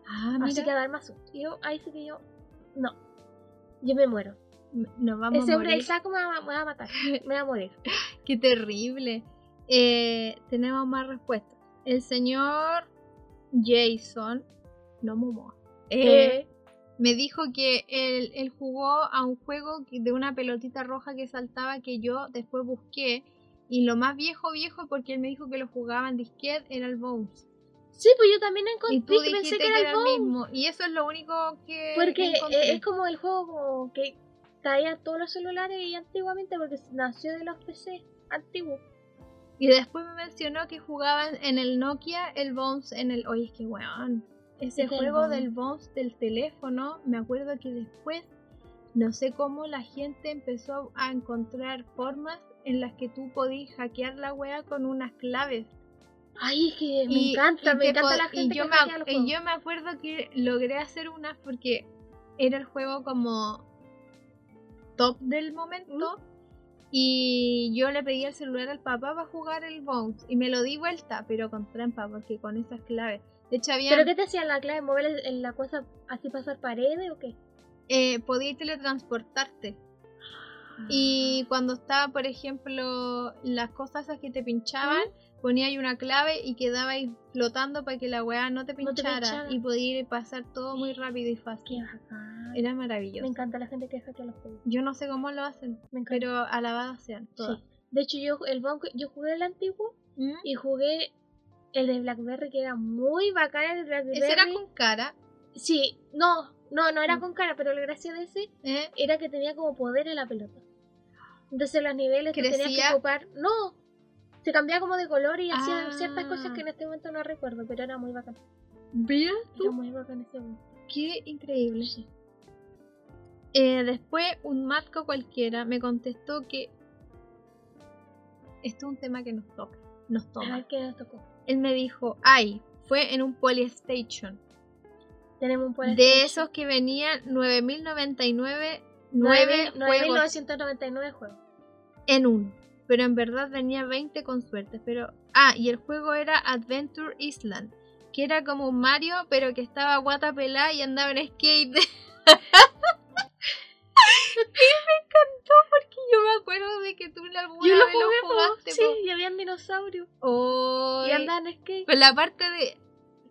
[SPEAKER 1] Ah,
[SPEAKER 2] Así que
[SPEAKER 1] mira,
[SPEAKER 2] a dar más susto. Y Yo, ahí sí que yo, no. Yo me muero.
[SPEAKER 1] nos vamos
[SPEAKER 2] Ese
[SPEAKER 1] a
[SPEAKER 2] hombre del
[SPEAKER 1] morir.
[SPEAKER 2] saco me va, me va
[SPEAKER 1] *laughs*
[SPEAKER 2] a matar. Me va a morir.
[SPEAKER 1] Qué terrible. Eh, tenemos más respuestas. El señor Jason, no Momoa, eh,
[SPEAKER 2] Eh,
[SPEAKER 1] me dijo que él, él jugó a un juego que- de una pelotita roja que saltaba que yo después busqué. Y lo más viejo, viejo, porque él me dijo que lo jugaba en disquet, era el Bones.
[SPEAKER 2] sí, pues yo también encontré
[SPEAKER 1] Y tú
[SPEAKER 2] que
[SPEAKER 1] dijiste
[SPEAKER 2] pensé que era el Bone.
[SPEAKER 1] mismo. Y eso es lo único que.
[SPEAKER 2] Porque
[SPEAKER 1] encontré.
[SPEAKER 2] eh, es como el juego como que caía en todos los celulares y antiguamente porque nació de los PC antiguos.
[SPEAKER 1] Y después me mencionó que jugaban en el Nokia, el Bones en el. Oye, es que weón. Ese
[SPEAKER 2] Es que el
[SPEAKER 1] juego
[SPEAKER 2] Bones.
[SPEAKER 1] del Bones del teléfono, me acuerdo que después, no sé cómo la gente empezó a encontrar formas en las que tú podías hackear la wea con unas claves.
[SPEAKER 2] Ay, es que me
[SPEAKER 1] Y-
[SPEAKER 2] encanta,
[SPEAKER 1] y
[SPEAKER 2] me
[SPEAKER 1] te
[SPEAKER 2] encanta
[SPEAKER 1] po-
[SPEAKER 2] la gente
[SPEAKER 1] y yo
[SPEAKER 2] que
[SPEAKER 1] me,
[SPEAKER 2] hackea
[SPEAKER 1] ac-
[SPEAKER 2] los
[SPEAKER 1] y
[SPEAKER 2] juegos.
[SPEAKER 1] yo me acuerdo que logré hacer unas porque era el juego como top del momento. Y yo le pedí el celular al papá para jugar el Bones. Y me lo di vuelta, pero con trampa, porque con esas claves. De hecho, había.
[SPEAKER 2] ¿Pero qué te hacía la clave? ¿Mover el- el- la cosa así pasar paredes o qué?
[SPEAKER 1] eh, podías teletransportarte.
[SPEAKER 2] Ah,
[SPEAKER 1] Y cuando estaba, por ejemplo, las cosas esas que te pinchaban, ponía ahí una clave y quedabais flotando para que la weá no te
[SPEAKER 2] No te
[SPEAKER 1] pinchara.
[SPEAKER 2] pinchara.
[SPEAKER 1] Y podía ir pasar todo muy rápido y
[SPEAKER 2] Qué
[SPEAKER 1] fácil.
[SPEAKER 2] bacán.
[SPEAKER 1] Era
[SPEAKER 2] Me
[SPEAKER 1] maravilloso.
[SPEAKER 2] encanta la gente que hackea los juegos.
[SPEAKER 1] Yo no sé cómo lo hacen,
[SPEAKER 2] Me encanta.
[SPEAKER 1] pero alabadas sean todas.
[SPEAKER 2] Sí. De hecho, yo el banco, yo jugué el antiguo
[SPEAKER 1] ¿Mm?
[SPEAKER 2] y jugué el de Blackberry que era muy bacán el de Blackberry.
[SPEAKER 1] Ese era con cara.
[SPEAKER 2] Sí, no, no, no era
[SPEAKER 1] Mm.
[SPEAKER 2] con cara, pero la gracia de ese
[SPEAKER 1] ¿eh?
[SPEAKER 2] era que tenía como poder en la pelota. Entonces los niveles que tenías
[SPEAKER 1] ¿Crecía?
[SPEAKER 2] que ocupar, no, se cambiaba como de color y hacía
[SPEAKER 1] Ah.
[SPEAKER 2] ciertas cosas que en este momento no recuerdo, pero era muy bacán.
[SPEAKER 1] Mira
[SPEAKER 2] Era muy bacán ese juego.
[SPEAKER 1] Qué increíble. Eh, después, un marco cualquiera me contestó que. Esto es un tema que nos toca. Nos
[SPEAKER 2] A ver
[SPEAKER 1] toma.
[SPEAKER 2] qué nos tocó.
[SPEAKER 1] Él me dijo: Ay, fue en un Polystation.
[SPEAKER 2] Tenemos un poder
[SPEAKER 1] De esos que venían 9099 9 juegos
[SPEAKER 2] 9.999 juegos.
[SPEAKER 1] en uno. Pero en verdad venía 20 con suerte. Pero. Ah, y el juego era Adventure Island. Que era como un Mario, pero que estaba guata pelada y andaba en skate. *laughs* y me encantó porque yo me acuerdo de que tú la alguna vez lo jugaste.
[SPEAKER 2] sí,
[SPEAKER 1] po.
[SPEAKER 2] y habían dinosaurio.
[SPEAKER 1] Oh,
[SPEAKER 2] Y andaban en
[SPEAKER 1] Pero
[SPEAKER 2] skate.
[SPEAKER 1] Pues la parte de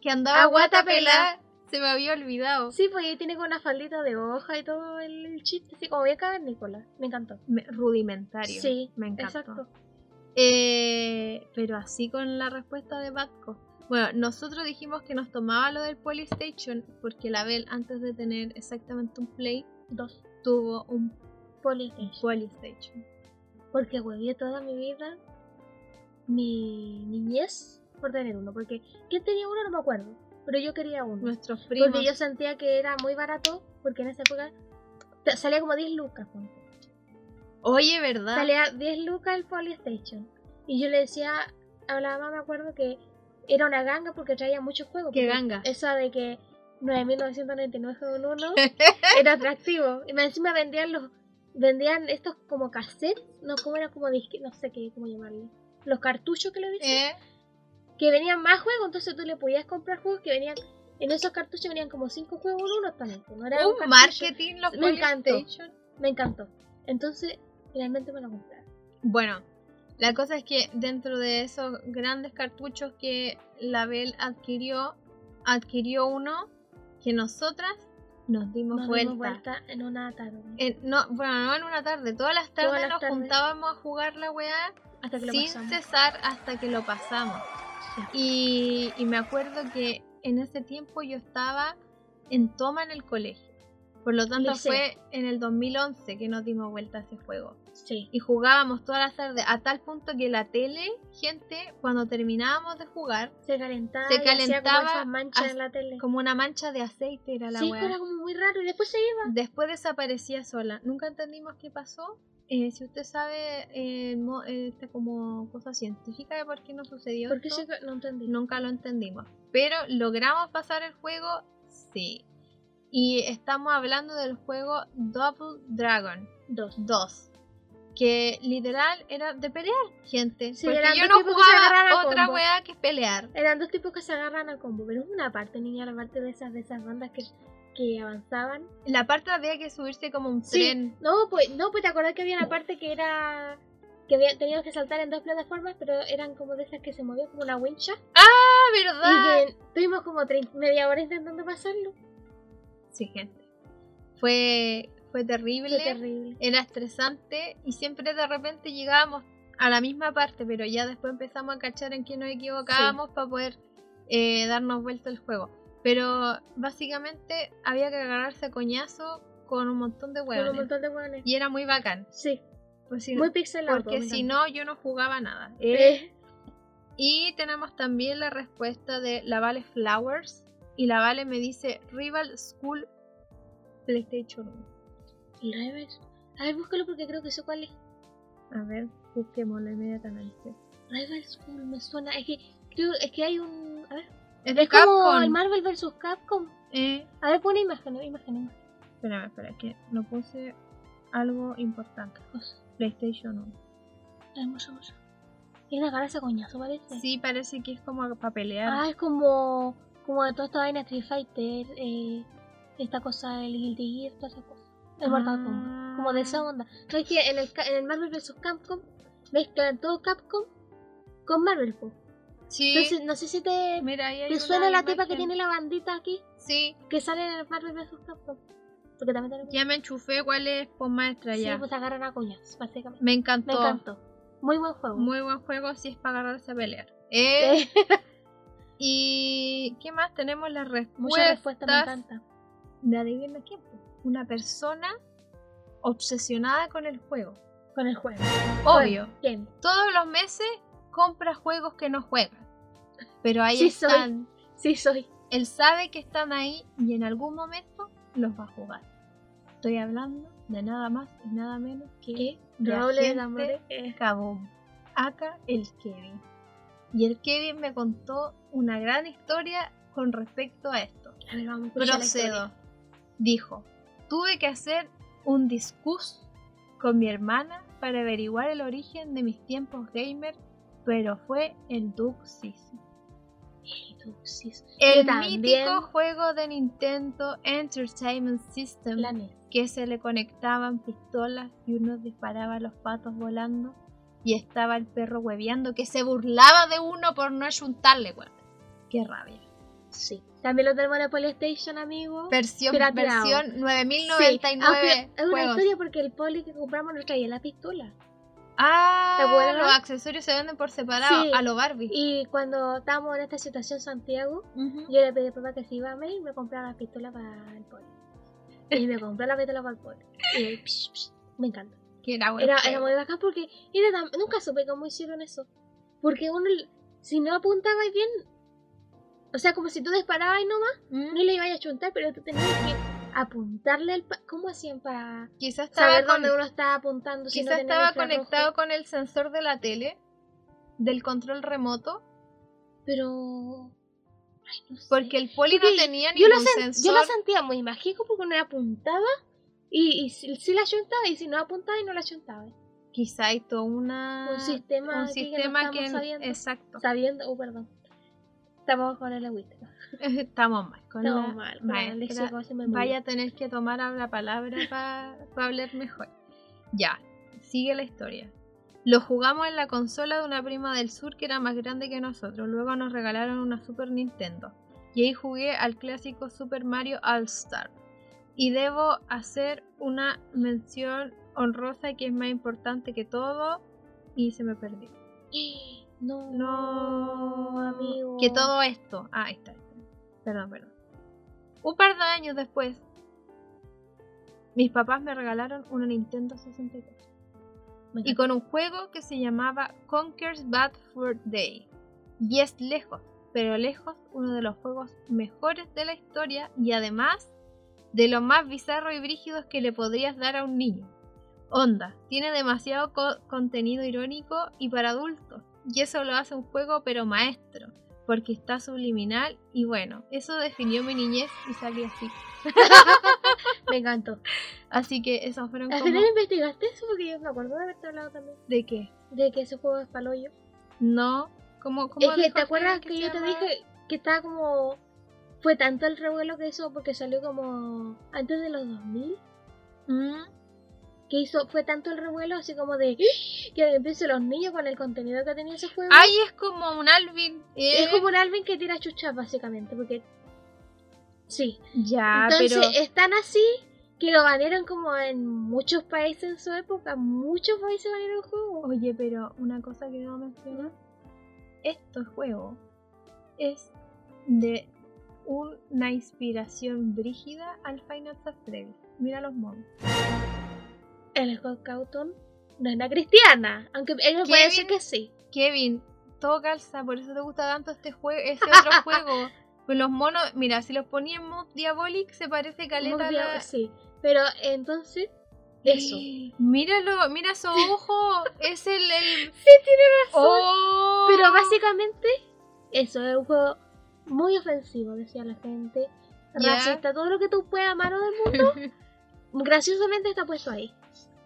[SPEAKER 1] que andaba
[SPEAKER 2] Ah,
[SPEAKER 1] guata,
[SPEAKER 2] guata pelá.
[SPEAKER 1] pelada se me había olvidado.
[SPEAKER 2] Sí, pues ahí tiene como una faldita de hoja y todo el, el chiste, así como bien Nicolás Me encantó.
[SPEAKER 1] Me- rudimentario.
[SPEAKER 2] Sí,
[SPEAKER 1] me encantó.
[SPEAKER 2] Exacto.
[SPEAKER 1] Eh, pero así con la respuesta de Batco. Bueno, nosotros dijimos que nos tomaba lo del Polystation porque la Bell antes de tener exactamente un Play
[SPEAKER 2] Dos.
[SPEAKER 1] tuvo un
[SPEAKER 2] Polystation.
[SPEAKER 1] Polystation.
[SPEAKER 2] Porque hueví toda mi vida mi niñez por tener uno. Porque ¿quién tenía uno? No me acuerdo. Pero yo quería uno.
[SPEAKER 1] Nuestros primos.
[SPEAKER 2] Porque yo sentía que era muy barato. Porque en esa época te- salía como 10 lucas. pues. ponte.
[SPEAKER 1] Oye, ¿verdad?
[SPEAKER 2] Salía 10 lucas el Polystation. Y yo le decía a la mamá, me acuerdo que era una ganga porque traía muchos juegos.
[SPEAKER 1] ¿Qué
[SPEAKER 2] porque
[SPEAKER 1] ganga?
[SPEAKER 2] Esa de que 9.999
[SPEAKER 1] *laughs*
[SPEAKER 2] con uno era atractivo. Y más encima vendían los vendían estos como cassettes, no como era como disque, no sé qué cómo llamarle. Los cartuchos que le dicen,
[SPEAKER 1] ¿Eh?
[SPEAKER 2] que venían más juegos, entonces tú le podías comprar juegos que venían en esos cartuchos venían como cinco juegos en uno también. pues, No era
[SPEAKER 1] Un
[SPEAKER 2] cartucho.
[SPEAKER 1] marketing los
[SPEAKER 2] Me encantó.
[SPEAKER 1] Polystation.
[SPEAKER 2] Me encantó. Entonces, finalmente me lo compraron.
[SPEAKER 1] Bueno, la cosa es que dentro de esos grandes cartuchos que la Bel adquirió, adquirió uno que nosotras nos dimos
[SPEAKER 2] Nos
[SPEAKER 1] vuelta.
[SPEAKER 2] dimos vuelta en una tarde.
[SPEAKER 1] En- no, bueno, no en una tarde, todas las tardes
[SPEAKER 2] las
[SPEAKER 1] nos
[SPEAKER 2] tardes.
[SPEAKER 1] juntábamos a jugar la weá
[SPEAKER 2] Hasta que lo
[SPEAKER 1] sin
[SPEAKER 2] pasamos.
[SPEAKER 1] cesar hasta que lo pasamos. Y, y me acuerdo que en ese tiempo yo estaba en toma en el colegio. Por lo tanto
[SPEAKER 2] Liceo.
[SPEAKER 1] fue en el 2011 que nos dimos vuelta a ese juego
[SPEAKER 2] Sí.
[SPEAKER 1] y jugábamos todas las tardes a tal punto que la tele, gente, cuando terminábamos de jugar,
[SPEAKER 2] Se calentaba.
[SPEAKER 1] Se
[SPEAKER 2] y hacía
[SPEAKER 1] calentaba
[SPEAKER 2] como esas manchas en
[SPEAKER 1] hasta-
[SPEAKER 2] la tele.
[SPEAKER 1] como una mancha de aceite era la
[SPEAKER 2] sí,
[SPEAKER 1] weá.
[SPEAKER 2] era como muy raro. Y después se iba.
[SPEAKER 1] Después desaparecía sola. Nunca entendimos qué pasó. Eh, si usted sabe eh, mo- eh, esta como cosa científica de por qué no sucedió
[SPEAKER 2] ¿Por qué
[SPEAKER 1] esto,
[SPEAKER 2] se ca- No entendí.
[SPEAKER 1] nunca lo entendimos. Pero logramos pasar el juego, sí. Y estamos hablando del juego Double Dragon.
[SPEAKER 2] Dos.
[SPEAKER 1] Dos Que literal era de pelear, gente.
[SPEAKER 2] Sí,
[SPEAKER 1] porque
[SPEAKER 2] eran
[SPEAKER 1] yo
[SPEAKER 2] dos
[SPEAKER 1] no
[SPEAKER 2] tipos que se agarraran
[SPEAKER 1] jugaba
[SPEAKER 2] a
[SPEAKER 1] otra
[SPEAKER 2] combo.
[SPEAKER 1] weá que pelear.
[SPEAKER 2] Eran dos tipos que se agarran a combo, pero es una parte, niña, la parte de esas, de esas bandas que, que avanzaban.
[SPEAKER 1] La parte había que subirse como un
[SPEAKER 2] Sí.
[SPEAKER 1] tren.
[SPEAKER 2] No, pues, no, pues te acordás que había una parte que era que había, tenías que saltar en dos plataformas, pero eran como de esas que se movían como una wincha.
[SPEAKER 1] Ah, ¿verdad?
[SPEAKER 2] Y que tuvimos como trein- media hora intentando pasarlo.
[SPEAKER 1] Sí, gente. Fue, fue terrible.
[SPEAKER 2] Fue terrible.
[SPEAKER 1] Era estresante. Y siempre de repente llegábamos a la misma parte, pero ya después empezamos a cachar en que nos equivocábamos para poder eh, darnos vuelta el juego. Pero básicamente había que agarrarse a coñazo con un montón de
[SPEAKER 2] Con un
[SPEAKER 1] huevos.
[SPEAKER 2] montón de hueones.
[SPEAKER 1] Y era muy bacán.
[SPEAKER 2] Sí,
[SPEAKER 1] Pues si-
[SPEAKER 2] muy pixelado.
[SPEAKER 1] Porque
[SPEAKER 2] me
[SPEAKER 1] si
[SPEAKER 2] encanta.
[SPEAKER 1] no, yo no jugaba nada.
[SPEAKER 2] Eh,
[SPEAKER 1] Y tenemos también la respuesta de la Vale Flowers. Y la Vale me dice Rival School PlayStation 1.
[SPEAKER 2] Rivals. A ver, búscalo porque creo que sé cuál es.
[SPEAKER 1] A ver, busquémoslo inmediatamente.
[SPEAKER 2] Rival School me suena. Es que creo, es que hay un. A ver.
[SPEAKER 1] Es de
[SPEAKER 2] es como
[SPEAKER 1] Capcom.
[SPEAKER 2] el Marvel vs Capcom.
[SPEAKER 1] Eh,
[SPEAKER 2] A ver, pone imagen, imagen.
[SPEAKER 1] espérame, espera, que no puse algo importante. PlayStation 1.
[SPEAKER 2] Ay, mucho, mucho. Tiene una cara ese coñazo, parece.
[SPEAKER 1] Sí, parece que es como para pelear.
[SPEAKER 2] Ah, es como. Como de toda esta vaina Street Fighter, eh, esta cosa del Guilty Gear, todas esas cosas. El Mortal Kombat.
[SPEAKER 1] Ah.
[SPEAKER 2] Como de esa onda. No es que en el, ca- en el Marvel vs Capcom mezclan todo Capcom con Marvel. po.
[SPEAKER 1] Sí.
[SPEAKER 2] Entonces, no sé si te,
[SPEAKER 1] Mira, ahí hay
[SPEAKER 2] te
[SPEAKER 1] una
[SPEAKER 2] suena la tipa que
[SPEAKER 1] imagen.
[SPEAKER 2] tiene la bandita aquí,
[SPEAKER 1] Sí,
[SPEAKER 2] que sale en el Marvel vs Capcom. Porque también tenemos.
[SPEAKER 1] ya me enchufé cuál es por maestra
[SPEAKER 2] Sí,
[SPEAKER 1] ya.
[SPEAKER 2] pues agarran a coñas, básicamente.
[SPEAKER 1] Me
[SPEAKER 2] Me
[SPEAKER 1] encantó.
[SPEAKER 2] encantó. Muy buen juego.
[SPEAKER 1] Muy buen juego si es para agarrarse a pelear. Eh,
[SPEAKER 2] *laughs* Eh,
[SPEAKER 1] ¿Y qué más? Tenemos las respuestas.
[SPEAKER 2] Muchas respuestas, me encanta.
[SPEAKER 1] De adivina quién. pues. Una persona obsesionada con el juego.
[SPEAKER 2] Con el juego.
[SPEAKER 1] Obvio.
[SPEAKER 2] ¿Quién?
[SPEAKER 1] Todos los meses compra juegos que no juega. Pero ahí
[SPEAKER 2] Sí soy.
[SPEAKER 1] están.
[SPEAKER 2] Sí, soy.
[SPEAKER 1] Él sabe que están ahí y en algún momento los va a jugar. Estoy hablando de nada más y nada menos que
[SPEAKER 2] ¿Qué?
[SPEAKER 1] de
[SPEAKER 2] Doble
[SPEAKER 1] agente
[SPEAKER 2] de amores. Eh,
[SPEAKER 1] Kaboom. Acá el Kevin. Y el Kevin me contó una gran historia con respecto a esto.
[SPEAKER 2] A ver, vamos a escuchar la
[SPEAKER 1] Procedo.
[SPEAKER 2] historia.
[SPEAKER 1] Dijo, tuve que hacer un discus con mi hermana para averiguar el origen de mis tiempos gamer, pero fue el Duxis.
[SPEAKER 2] Y tú, sí, soy.
[SPEAKER 1] El
[SPEAKER 2] Y también-
[SPEAKER 1] mítico juego de Nintendo Entertainment System
[SPEAKER 2] La NES.
[SPEAKER 1] que se le conectaban pistolas y uno disparaba a los patos volando Y estaba el perro hueveando que se burlaba de uno por no ayuntarle, weón. Qué rabia.
[SPEAKER 2] Sí. También los del Monopoly Station, amigo.
[SPEAKER 1] Versión,
[SPEAKER 2] Pirateado.
[SPEAKER 1] versión
[SPEAKER 2] Sí,
[SPEAKER 1] 9099
[SPEAKER 2] aunque es una
[SPEAKER 1] juegos.
[SPEAKER 2] historia porque el poli que compramos nos traía la pistola. ¿Te
[SPEAKER 1] Ah,
[SPEAKER 2] acuerdas?
[SPEAKER 1] los accesorios se venden por separado
[SPEAKER 2] Sí.
[SPEAKER 1] a lo Barbie.
[SPEAKER 2] Y cuando estábamos en esta situación Santiago,
[SPEAKER 1] Ujú.
[SPEAKER 2] yo le pedí a papá que se iba a mí y me comprara la pistola para el poli. Y me compró la pistola para el poli. Y ahí, psh, psh, me encanta.
[SPEAKER 1] Que era bueno. eh,
[SPEAKER 2] Era, era muy bacán porque era tan- nunca supe cómo hicieron eso. Porque uno, si no apuntabas bien, o sea, como si tú disparabas y nomás,
[SPEAKER 1] Mm,
[SPEAKER 2] no le ibas a chuntar, pero tú tenías que apuntarle al... pa- ¿Cómo hacían para
[SPEAKER 1] Quizás
[SPEAKER 2] saber
[SPEAKER 1] estaba, con-
[SPEAKER 2] dónde uno estaba apuntando? si no
[SPEAKER 1] quizás
[SPEAKER 2] tenía
[SPEAKER 1] estaba
[SPEAKER 2] infrarrojo?
[SPEAKER 1] conectado con el sensor de la tele, del control remoto,
[SPEAKER 2] Pero... Ay, no sé.
[SPEAKER 1] porque el poli
[SPEAKER 2] Porque
[SPEAKER 1] no tenía
[SPEAKER 2] yo
[SPEAKER 1] ningún
[SPEAKER 2] lo, sen- yo
[SPEAKER 1] sensor.
[SPEAKER 2] lo sentía muy mágico porque no apuntaba y, y si, si la ayuntaba y si no apuntaba y no la ayuntaba.
[SPEAKER 1] Quizás hay todo una...
[SPEAKER 2] un sistema,
[SPEAKER 1] Ah, un
[SPEAKER 2] aquí
[SPEAKER 1] sistema
[SPEAKER 2] que, no
[SPEAKER 1] que...
[SPEAKER 2] estamos sabiendo.
[SPEAKER 1] Exacto. *laughs*
[SPEAKER 2] Sabiendo, oh, perdón. Estamos con el agüita.
[SPEAKER 1] Estamos mal. Con
[SPEAKER 2] Estamos
[SPEAKER 1] la
[SPEAKER 2] mal, con la
[SPEAKER 1] maestra.
[SPEAKER 2] Alexia, como se me olvidó.
[SPEAKER 1] Vaya a tener que tomar a la palabra para hablar mejor. Ya, sigue la historia. Lo jugamos en la consola de una prima del sur que era más grande que nosotros. Luego nos regalaron una Super Nintendo. Y ahí jugué al clásico Super Mario All Star. Y debo hacer una mención honrosa que es más importante que todo. Y se me perdió.
[SPEAKER 2] No,
[SPEAKER 1] No,
[SPEAKER 2] amigo.
[SPEAKER 1] Que todo esto. Ah, ahí está. ahí está. Perdón, perdón. Un par de años después, mis papás me regalaron una Nintendo 64.
[SPEAKER 2] Me
[SPEAKER 1] Y
[SPEAKER 2] encanta.
[SPEAKER 1] con un juego que se llamaba Conker's Bad Fur Day. Y es lejos, pero lejos, uno de los juegos mejores de la historia y además de los más bizarros y brígidos que le podrías dar a un niño. Onda, tiene demasiado co- contenido irónico y para adultos, y eso lo hace un juego pero maestro, porque está subliminal y bueno, eso definió mi niñez y salí así.
[SPEAKER 2] *laughs* Me encantó.
[SPEAKER 1] Así que esos fueron
[SPEAKER 2] ¿Al
[SPEAKER 1] como
[SPEAKER 2] final investigaste eso? Porque yo me acuerdo de haberte hablado también.
[SPEAKER 1] de qué,
[SPEAKER 2] De que ese juego es paloyo.
[SPEAKER 1] no, como
[SPEAKER 2] Es que te acuerdas que, yo te dije que estaba como. Fue tanto el revuelo que hizo porque salió como. Antes de los 2000. Mm. Que hizo. Fue tanto el revuelo así como de. "¡Ah! Que empiezan los niños con el contenido que tenía ese juego.
[SPEAKER 1] Ay, es como un Alvin. eh.
[SPEAKER 2] Es como un Alvin que tira chuchas básicamente. Porque. Sí.
[SPEAKER 1] Ya,
[SPEAKER 2] Entonces
[SPEAKER 1] Ah, pero
[SPEAKER 2] están así que lo banearon como en muchos países en su época. Muchos países banearon el juego.
[SPEAKER 1] Oye, pero una cosa que debo mencionar, este juego es de una inspiración brígida al Final Fantasy Freddy. Mira los monos.
[SPEAKER 2] El Scott Cawthon no es una cristiana. Aunque ellos pueden decir
[SPEAKER 1] Kevin-
[SPEAKER 2] que sí.
[SPEAKER 1] Kevin, todo calza, por eso te gusta tanto este juego, ese otro
[SPEAKER 2] *laughs*
[SPEAKER 1] juego. Pues los monos, mira, si los ponía en mood diabolic se parece caleta
[SPEAKER 2] Hemos
[SPEAKER 1] a
[SPEAKER 2] viado-
[SPEAKER 1] la...
[SPEAKER 2] Sí, pero entonces, eso.
[SPEAKER 1] Míralo, mira su ojo, es el...
[SPEAKER 2] *laughs*
[SPEAKER 1] el...
[SPEAKER 2] Sí, tiene
[SPEAKER 1] ¡Oh!
[SPEAKER 2] Pero básicamente, eso es un juego muy ofensivo, decía la gente.
[SPEAKER 1] Ya.
[SPEAKER 2] Racista, todo lo que tú puedas amar del mundo,
[SPEAKER 1] *laughs*
[SPEAKER 2] graciosamente está puesto ahí.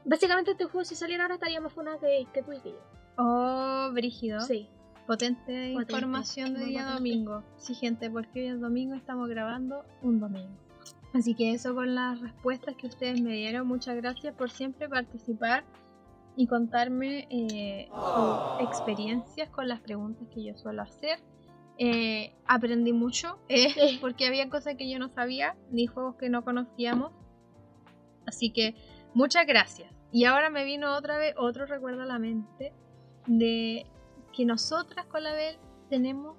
[SPEAKER 2] Básicamente, este juego, si saliera ahora, estaría más funado que, que tú y que yo.
[SPEAKER 1] Oh, brígido.
[SPEAKER 2] Sí,
[SPEAKER 1] Potente,
[SPEAKER 2] Potente,
[SPEAKER 1] información de
[SPEAKER 2] muy
[SPEAKER 1] día
[SPEAKER 2] potente.
[SPEAKER 1] domingo. Sí, gente, porque hoy es domingo, estamos grabando un domingo. Así que eso con las respuestas que ustedes me dieron. Muchas gracias por siempre participar y contarme eh, sus experiencias con las preguntas que yo suelo hacer. Eh, aprendí mucho eh, porque había cosas que yo no sabía ni juegos que no conocíamos. Así que muchas gracias. Y ahora me vino otra vez otro recuerdo a la mente de que nosotras con la Bel tenemos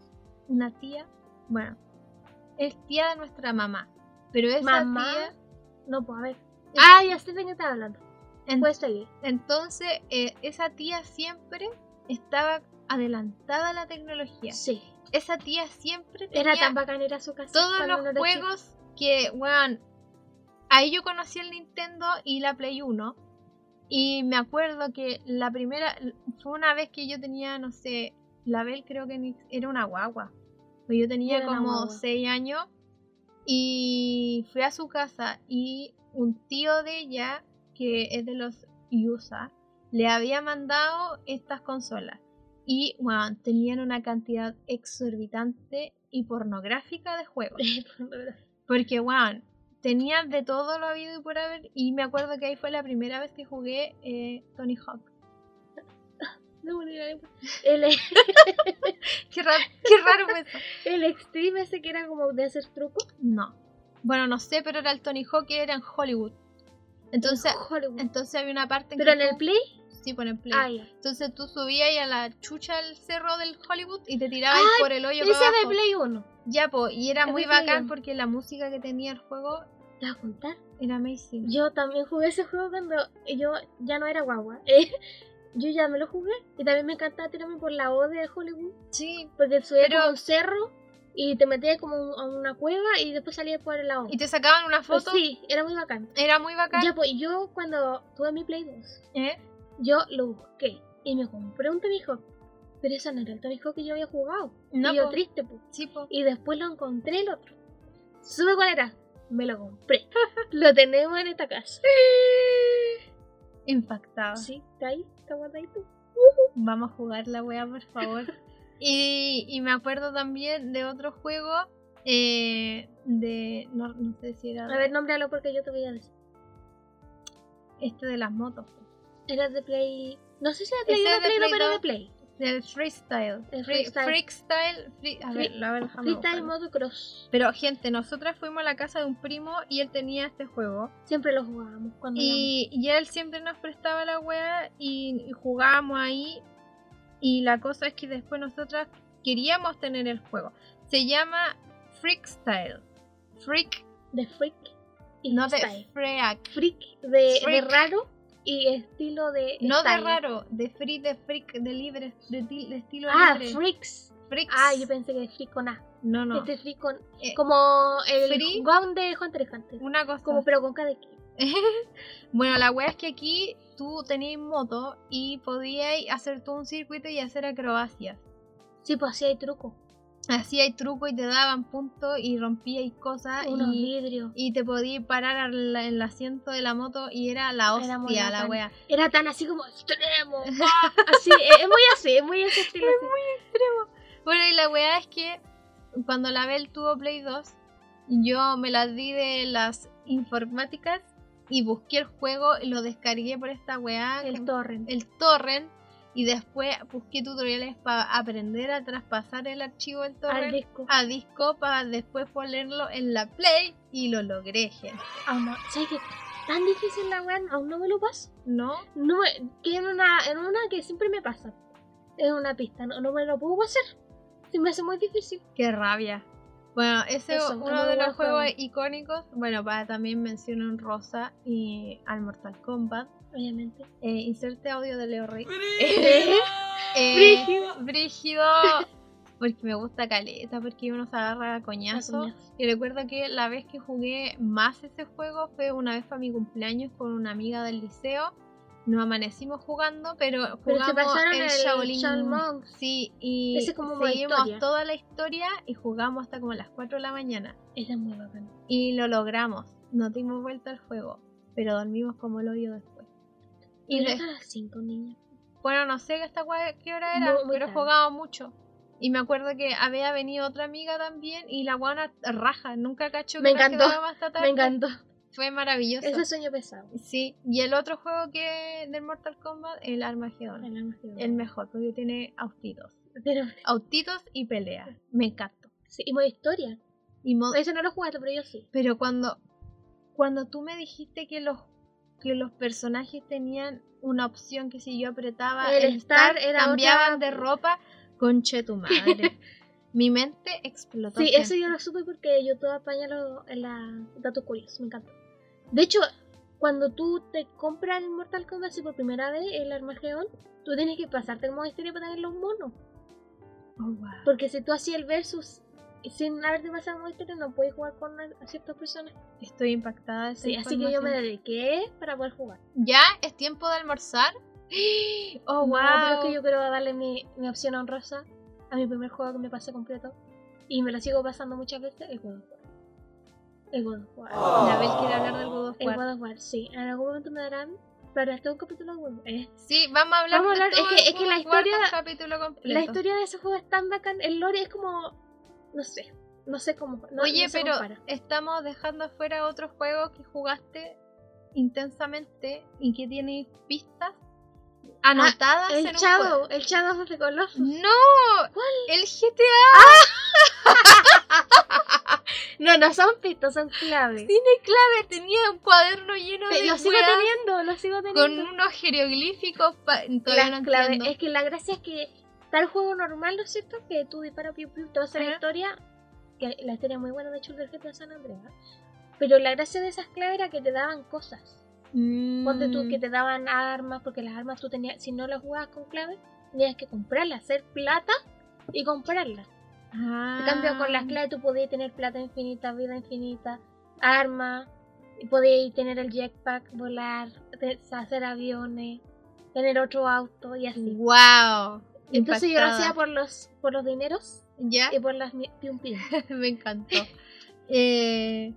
[SPEAKER 1] una tía, bueno, es tía de nuestra mamá, pero esa
[SPEAKER 2] Mamá.
[SPEAKER 1] tía,
[SPEAKER 2] no puedo ver. Ah, ya sé de qué estás hablando.
[SPEAKER 1] en-
[SPEAKER 2] Puedes seguir.
[SPEAKER 1] entonces eh, esa tía siempre estaba adelantada a la tecnología.
[SPEAKER 2] Sí,
[SPEAKER 1] Esa tía siempre
[SPEAKER 2] era
[SPEAKER 1] tenía
[SPEAKER 2] tan bacán ir a su casa.
[SPEAKER 1] todos
[SPEAKER 2] cuando
[SPEAKER 1] los
[SPEAKER 2] uno era *laughs* chico.
[SPEAKER 1] juegos que, weón, ahí yo conocí el Nintendo y la Play 1. Y me acuerdo que la primera, fue una vez que yo tenía, no sé, la Bel creo que ni- era una guagua. Pues yo tenía
[SPEAKER 2] Era una
[SPEAKER 1] como
[SPEAKER 2] guagua.
[SPEAKER 1] 6 años y fui a su casa y un tío de ella, que es de los USA, le había mandado estas consolas. Y, weón, tenían una cantidad exorbitante y pornográfica de juegos. *laughs* Porque, weón, tenía de todo lo habido y por haber. Y me acuerdo que ahí fue la primera vez que jugué eh, Tony Hawk.
[SPEAKER 2] No me olvidé la lengua. El,
[SPEAKER 1] *laughs* Qué raro, *laughs* qué raro fue eso.
[SPEAKER 2] el *laughs* extreme ese que era como de hacer truco.
[SPEAKER 1] No. Bueno, no sé, pero era el Tony Hawk que era en Hollywood. Entonces,
[SPEAKER 2] Hollywood.
[SPEAKER 1] entonces había una parte en
[SPEAKER 2] Pero en
[SPEAKER 1] que
[SPEAKER 2] el
[SPEAKER 1] tú-
[SPEAKER 2] play.
[SPEAKER 1] Sí, pon el play.
[SPEAKER 2] Ah, ya.
[SPEAKER 1] Entonces tú subías y a la chucha al cerro del Hollywood y te tirabas
[SPEAKER 2] Ay,
[SPEAKER 1] por el hoyo
[SPEAKER 2] Ese
[SPEAKER 1] para
[SPEAKER 2] de
[SPEAKER 1] abajo.
[SPEAKER 2] play 1.
[SPEAKER 1] Ya, po, y era
[SPEAKER 2] Ese
[SPEAKER 1] muy
[SPEAKER 2] de Play
[SPEAKER 1] bacán
[SPEAKER 2] uno.
[SPEAKER 1] porque la música que tenía el juego
[SPEAKER 2] ¿Te vas a contar?
[SPEAKER 1] era amazing.
[SPEAKER 2] Yo también jugué ese juego cuando yo ya no
[SPEAKER 1] *laughs*
[SPEAKER 2] era guagua. eh. yo ya me lo jugué y también me encantaba tirarme por la O de Hollywood
[SPEAKER 1] Sí.
[SPEAKER 2] porque subía
[SPEAKER 1] Pero-
[SPEAKER 2] como a un cerro y te metías como un- a una cueva y después salías por la O.
[SPEAKER 1] Y te sacaban una
[SPEAKER 2] Pues
[SPEAKER 1] foto.
[SPEAKER 2] sí, era muy bacán.
[SPEAKER 1] Era muy bacán.
[SPEAKER 2] Ya, pues yo cuando tuve mi Play 2,
[SPEAKER 1] ¿Eh?
[SPEAKER 2] yo lo busqué y me compré un Tony Hawk. Pero ese no era el Tony Hawk que yo había jugado.
[SPEAKER 1] No,
[SPEAKER 2] y yo
[SPEAKER 1] po.
[SPEAKER 2] triste, pues.
[SPEAKER 1] Sí, po.
[SPEAKER 2] Y después lo encontré el otro. ¿Sube cuál era? Me lo compré. *laughs* lo tenemos en esta casa.
[SPEAKER 1] Impactaba.
[SPEAKER 2] Sí, está ahí, está guardadito.
[SPEAKER 1] Vamos a jugar la wea, por favor. y, y me acuerdo también de otro juego eh, de. No, no sé si era
[SPEAKER 2] A ver, nómbralo porque yo te voy a decir.
[SPEAKER 1] este de las motos.
[SPEAKER 2] Era de Play. No sé si era de Play
[SPEAKER 1] Ese
[SPEAKER 2] 1
[SPEAKER 1] es de Play
[SPEAKER 2] o Play 2, pero era de
[SPEAKER 1] dos.
[SPEAKER 2] Play.
[SPEAKER 1] Del freestyle.
[SPEAKER 2] El
[SPEAKER 1] Free-
[SPEAKER 2] freestyle.
[SPEAKER 1] Freestyle. free- a ver,
[SPEAKER 2] Free-
[SPEAKER 1] a ver, déjame
[SPEAKER 2] Freestyle
[SPEAKER 1] buscarlo.
[SPEAKER 2] Motocross.
[SPEAKER 1] Pero gente, nosotras fuimos a la casa de un primo y él tenía este juego.
[SPEAKER 2] Siempre lo jugábamos cuando
[SPEAKER 1] Y, y él siempre nos prestaba la wea y, y jugábamos ahí. Y la cosa es que después nosotras queríamos tener el juego. Se llama Freakstyle. Freak,
[SPEAKER 2] éramos de Freak y
[SPEAKER 1] no de
[SPEAKER 2] Style.
[SPEAKER 1] freak.
[SPEAKER 2] Freak de, de
[SPEAKER 1] Freak.
[SPEAKER 2] raro y estilo de.
[SPEAKER 1] No de
[SPEAKER 2] style.
[SPEAKER 1] raro, de free, de freak, de libre, de, ti- de estilo
[SPEAKER 2] Ah,
[SPEAKER 1] libre.
[SPEAKER 2] Freaks.
[SPEAKER 1] Freaks.
[SPEAKER 2] Ah, yo pensé que Freak con A.
[SPEAKER 1] No, no.
[SPEAKER 2] Este Freak con.
[SPEAKER 1] Eh,
[SPEAKER 2] como el
[SPEAKER 1] Free.
[SPEAKER 2] Gown de Hunter x Hunter.
[SPEAKER 1] Una cosa *laughs*
[SPEAKER 2] Como, pero con cada
[SPEAKER 1] bueno, la wea es que aquí tú tenías moto y podías hacer todo un circuito y hacer acrobacias.
[SPEAKER 2] Sí, pues así hay truco.
[SPEAKER 1] Así hay truco y te daban puntos y rompías cosas
[SPEAKER 2] Unos
[SPEAKER 1] y,
[SPEAKER 2] vidrios.
[SPEAKER 1] y te podías parar al- en el asiento de la moto y era la
[SPEAKER 2] Era muy
[SPEAKER 1] hostia la
[SPEAKER 2] bacán.
[SPEAKER 1] wea.
[SPEAKER 2] Era tan así como *laughs* extremo. ¡ah! así, es, es muy así, es muy ese estilo. así.
[SPEAKER 1] Bueno, y la wea es que cuando la Bel tuvo Play 2, yo me la di de las informáticas y busqué el juego y lo descargué por esta wea.
[SPEAKER 2] El torrent.
[SPEAKER 1] el torrent y después busqué tutoriales para aprender a traspasar el archivo del
[SPEAKER 2] Al
[SPEAKER 1] torrent
[SPEAKER 2] disco.
[SPEAKER 1] a disco para después ponerlo en la play y lo logré, gente.
[SPEAKER 2] Ah, no. ¿Sabes qué? Tan difícil la weá, aún no me lo paso.
[SPEAKER 1] ¿No?
[SPEAKER 2] No me- que en una, en una que siempre me pasa. En una pista, no, no me lo puedo hacer. Se me hace muy difícil.
[SPEAKER 1] Qué rabia. Bueno, ese es
[SPEAKER 2] Eso,
[SPEAKER 1] uno
[SPEAKER 2] muy
[SPEAKER 1] de
[SPEAKER 2] buen
[SPEAKER 1] los juegos
[SPEAKER 2] juego.
[SPEAKER 1] icónicos. Bueno, para también menciono un Rosa y al Mortal Kombat.
[SPEAKER 2] *laughs* Obviamente.
[SPEAKER 1] Eh, inserte audio de Leo Rey. *laughs* Eh,
[SPEAKER 2] Brígido.
[SPEAKER 1] Brígido. Porque me gusta caleta, porque uno se agarra a coñazo.
[SPEAKER 2] coñazo.
[SPEAKER 1] Y recuerdo que la vez que jugué más ese juego fue una vez para mi cumpleaños con una amiga del liceo. Nos amanecimos jugando, pero jugamos
[SPEAKER 2] Pero se pasaron
[SPEAKER 1] el,
[SPEAKER 2] el
[SPEAKER 1] Shaolin.
[SPEAKER 2] Shaolin Monk.
[SPEAKER 1] Sí, y
[SPEAKER 2] Ese como modo
[SPEAKER 1] seguimos
[SPEAKER 2] historia.
[SPEAKER 1] toda la historia y jugamos hasta como las 4 de la mañana.
[SPEAKER 2] Era muy bacán.
[SPEAKER 1] Y lo logramos. Nos dimos vuelta al juego, pero dormimos como el hoyo después. Y
[SPEAKER 2] Y
[SPEAKER 1] de-
[SPEAKER 2] a las 5, niña.
[SPEAKER 1] bueno, no sé hasta cua- qué hora era,
[SPEAKER 2] Muy- muy
[SPEAKER 1] pero
[SPEAKER 2] tarde.
[SPEAKER 1] jugaba mucho. Y me acuerdo que había venido otra amiga también y la guana raja, nunca cacho que
[SPEAKER 2] Me
[SPEAKER 1] nos
[SPEAKER 2] encantó,
[SPEAKER 1] quedábamos hasta tarde.
[SPEAKER 2] Me encantó.
[SPEAKER 1] Fue maravilloso.
[SPEAKER 2] Ese sueño pesado.
[SPEAKER 1] Sí, y el otro juego que del Mortal Kombat, el Armageddon.
[SPEAKER 2] Era más que-
[SPEAKER 1] El mejor, porque tiene autitos.
[SPEAKER 2] Pero,
[SPEAKER 1] Autitos y pelea. Me encantó.
[SPEAKER 2] sí, y modo historia.
[SPEAKER 1] Y mo-
[SPEAKER 2] Ese no lo jugaste, pero yo sí.
[SPEAKER 1] pero cuando cuando tú me dijiste que los que los personajes tenían una opción que si yo apretaba
[SPEAKER 2] El Star era
[SPEAKER 1] cambiaban
[SPEAKER 2] otra-
[SPEAKER 1] de ropa, conche tu
[SPEAKER 2] *laughs*
[SPEAKER 1] madre. Mi mente explotó.
[SPEAKER 2] Sí,
[SPEAKER 1] gente.
[SPEAKER 2] eso yo lo supe porque yo todo apaña lo- en la datos curiosos, me encanta. De hecho, cuando tú te compras el Mortal Kombat así por primera vez, el Armagedón, tú tienes que pasarte como historia para tener los monos.
[SPEAKER 1] Oh, wow.
[SPEAKER 2] Porque si tú hacías el versus sin haberte pasado modo historia, no puedes jugar con a ciertas personas.
[SPEAKER 1] Estoy impactada. de esa
[SPEAKER 2] Sí, así que yo me
[SPEAKER 1] información.
[SPEAKER 2] dediqué para poder jugar.
[SPEAKER 1] ¿Ya es tiempo de almorzar? *gasps* Oh, wow.
[SPEAKER 2] No, pero es que yo quiero darle mi, mi opción honrosa a mi primer juego que me pasé completo. Y me lo sigo pasando muchas veces, el God of War. El God of War.
[SPEAKER 1] La Bel quiere hablar del God of
[SPEAKER 2] El
[SPEAKER 1] War.
[SPEAKER 2] God of War, sí. En algún momento me darán para hacer un capítulo de God of War. Eh,
[SPEAKER 1] Sí, vamos a hablar
[SPEAKER 2] Vamos a
[SPEAKER 1] de
[SPEAKER 2] hablar-
[SPEAKER 1] todo
[SPEAKER 2] es que-
[SPEAKER 1] el
[SPEAKER 2] es que la
[SPEAKER 1] God of War,
[SPEAKER 2] historia-
[SPEAKER 1] un capítulo completo.
[SPEAKER 2] La historia de ese juego es tan bacán. El lore es como. No sé. No sé cómo. no-
[SPEAKER 1] Oye,
[SPEAKER 2] no se
[SPEAKER 1] pero
[SPEAKER 2] compara.
[SPEAKER 1] estamos dejando afuera otros juegos que jugaste intensamente y que tienen pistas anotadas
[SPEAKER 2] Ah, El
[SPEAKER 1] en un
[SPEAKER 2] Shadow,
[SPEAKER 1] juego.
[SPEAKER 2] el Shadow of the Colossus.
[SPEAKER 1] ¡No! El GTA
[SPEAKER 2] *laughs* No, no son pistas, son claves.
[SPEAKER 1] Cine Clave tenía un cuaderno lleno
[SPEAKER 2] Te-
[SPEAKER 1] de
[SPEAKER 2] Eh, lo sigo
[SPEAKER 1] weas
[SPEAKER 2] teniendo, lo sigo
[SPEAKER 1] con
[SPEAKER 2] teniendo.
[SPEAKER 1] unos jeroglíficos pa- todavía
[SPEAKER 2] Las
[SPEAKER 1] no
[SPEAKER 2] claves.
[SPEAKER 1] entiendo.
[SPEAKER 2] Es que la gracia es que tal juego normal, ¿no es cierto? Que tú disparas piu piu, te vas a la
[SPEAKER 1] Ajá.
[SPEAKER 2] historia. Que la historia es muy buena, de hecho, el GTA San Andreas. Pero la gracia de esas claves era que te daban cosas.
[SPEAKER 1] Mm.
[SPEAKER 2] Ponte tú que te daban armas, porque las armas tú tenías, si no las jugabas con clave, tenías que comprarlas, hacer plata y comprarlas.
[SPEAKER 1] Ah.
[SPEAKER 2] En cambio, con las claves tú podías tener plata infinita, vida infinita, armas, y podías tener el jetpack, volar, te- hacer aviones, tener otro auto y así.
[SPEAKER 1] Mm, ¡Wow!
[SPEAKER 2] Entonces yo lo hacía
[SPEAKER 1] Impactada.
[SPEAKER 2] por los, por los dineros
[SPEAKER 1] ¿Ya?
[SPEAKER 2] y por las mi- pium pium.
[SPEAKER 1] *laughs* Me encantó. Eh,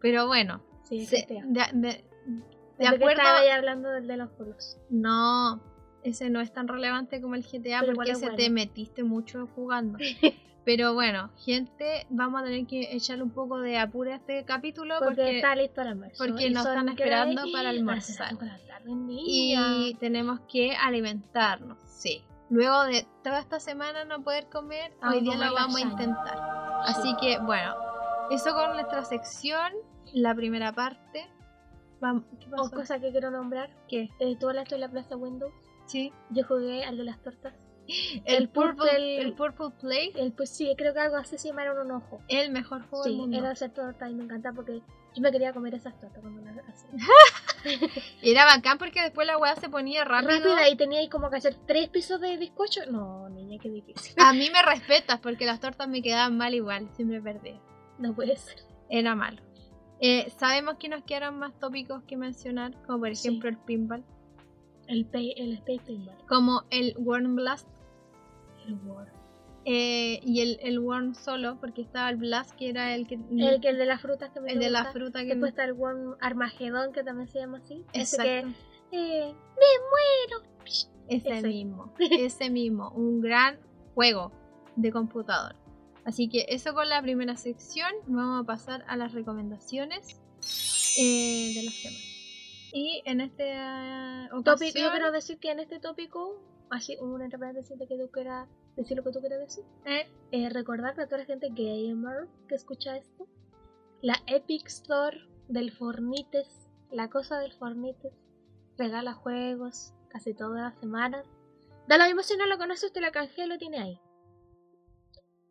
[SPEAKER 1] pero bueno,
[SPEAKER 2] Sí,
[SPEAKER 1] se-
[SPEAKER 2] es que te amo.
[SPEAKER 1] de, de- de
[SPEAKER 2] Pensé que
[SPEAKER 1] acuerdo.
[SPEAKER 2] Estaba ya hablando del de los juegos.
[SPEAKER 1] No, ese no es tan relevante como el GTA
[SPEAKER 2] Pero igual
[SPEAKER 1] porque
[SPEAKER 2] es
[SPEAKER 1] ese te
[SPEAKER 2] bueno.
[SPEAKER 1] metiste mucho
[SPEAKER 2] *laughs*
[SPEAKER 1] jugando. Pero bueno, gente, vamos a tener que echarle un poco de apuro a este capítulo
[SPEAKER 2] Porque,
[SPEAKER 1] porque,
[SPEAKER 2] está listo el almuerzo.
[SPEAKER 1] porque
[SPEAKER 2] y
[SPEAKER 1] nos
[SPEAKER 2] son
[SPEAKER 1] están
[SPEAKER 2] ¿qué hora es?
[SPEAKER 1] esperando para
[SPEAKER 2] Las
[SPEAKER 1] almorzar.
[SPEAKER 2] cinco de la tarde, niña.
[SPEAKER 1] y tenemos que alimentarnos, sí. Luego de toda esta semana no poder comer,
[SPEAKER 2] Vamos
[SPEAKER 1] hoy
[SPEAKER 2] a
[SPEAKER 1] día
[SPEAKER 2] comer
[SPEAKER 1] lo vamos a
[SPEAKER 2] lasaña.
[SPEAKER 1] intentar.
[SPEAKER 2] Sí.
[SPEAKER 1] Así que bueno, eso con nuestra sección, la primera parte. Vam- ¿Qué pasó?
[SPEAKER 2] O cosa que quiero nombrar,
[SPEAKER 1] ¿Qué?
[SPEAKER 2] eh, tú hablaste de la Plaza Windows,
[SPEAKER 1] Sí.
[SPEAKER 2] yo jugué al de las tortas.
[SPEAKER 1] El,
[SPEAKER 2] El
[SPEAKER 1] purple,
[SPEAKER 2] Purple-
[SPEAKER 1] el Purple Play,
[SPEAKER 2] El, pues sí, creo que algo así se llamaron un ojo.
[SPEAKER 1] el mejor juego del
[SPEAKER 2] Sí,
[SPEAKER 1] mundo.
[SPEAKER 2] era esas tortas y me encantaba porque yo me quería comer esas tortas cuando las hacían.
[SPEAKER 1] Era bacán porque después la weá se ponía rápido.
[SPEAKER 2] *laughs* Rápida y tenía ahí como que hacer tres pisos de bizcocho. No, niña, qué difícil. *laughs*
[SPEAKER 1] A mí me respetas porque las tortas me quedaban mal igual, siempre perdía.
[SPEAKER 2] No puede ser.
[SPEAKER 1] Era malo. Eh, sabemos que nos quedaron más tópicos que mencionar, como por
[SPEAKER 2] Sí.
[SPEAKER 1] ejemplo el pinball,
[SPEAKER 2] El, pay, el Space Pinball.
[SPEAKER 1] como el Worm Blast
[SPEAKER 2] El World.
[SPEAKER 1] eh, y el, el Worm solo, porque estaba el Blast que era el que
[SPEAKER 2] El, que- el de las frutas que me
[SPEAKER 1] Mm. el de la
[SPEAKER 2] gusta.
[SPEAKER 1] fruta que
[SPEAKER 2] Después está el Worm Armagedón, que también se llama así. Ese
[SPEAKER 1] Exacto.
[SPEAKER 2] que, eh,
[SPEAKER 1] Ese
[SPEAKER 2] Ese.
[SPEAKER 1] mismo, ese mismo, un gran juego de computador. Así que eso con la primera sección, vamos a pasar a las recomendaciones eh, de la semana. Y en este
[SPEAKER 2] tópico, yo quiero decir que en este tópico, así una entre paréntesis de que tú quieras decir lo que tú quieras decir. Eh, recordar que a toda la gente gamer que escucha esto, la Epic Store del Fornites, la cosa del Fornites, regala juegos casi todas las semanas. Da lo mismo si no lo conoces, te la canjea y lo tiene ahí.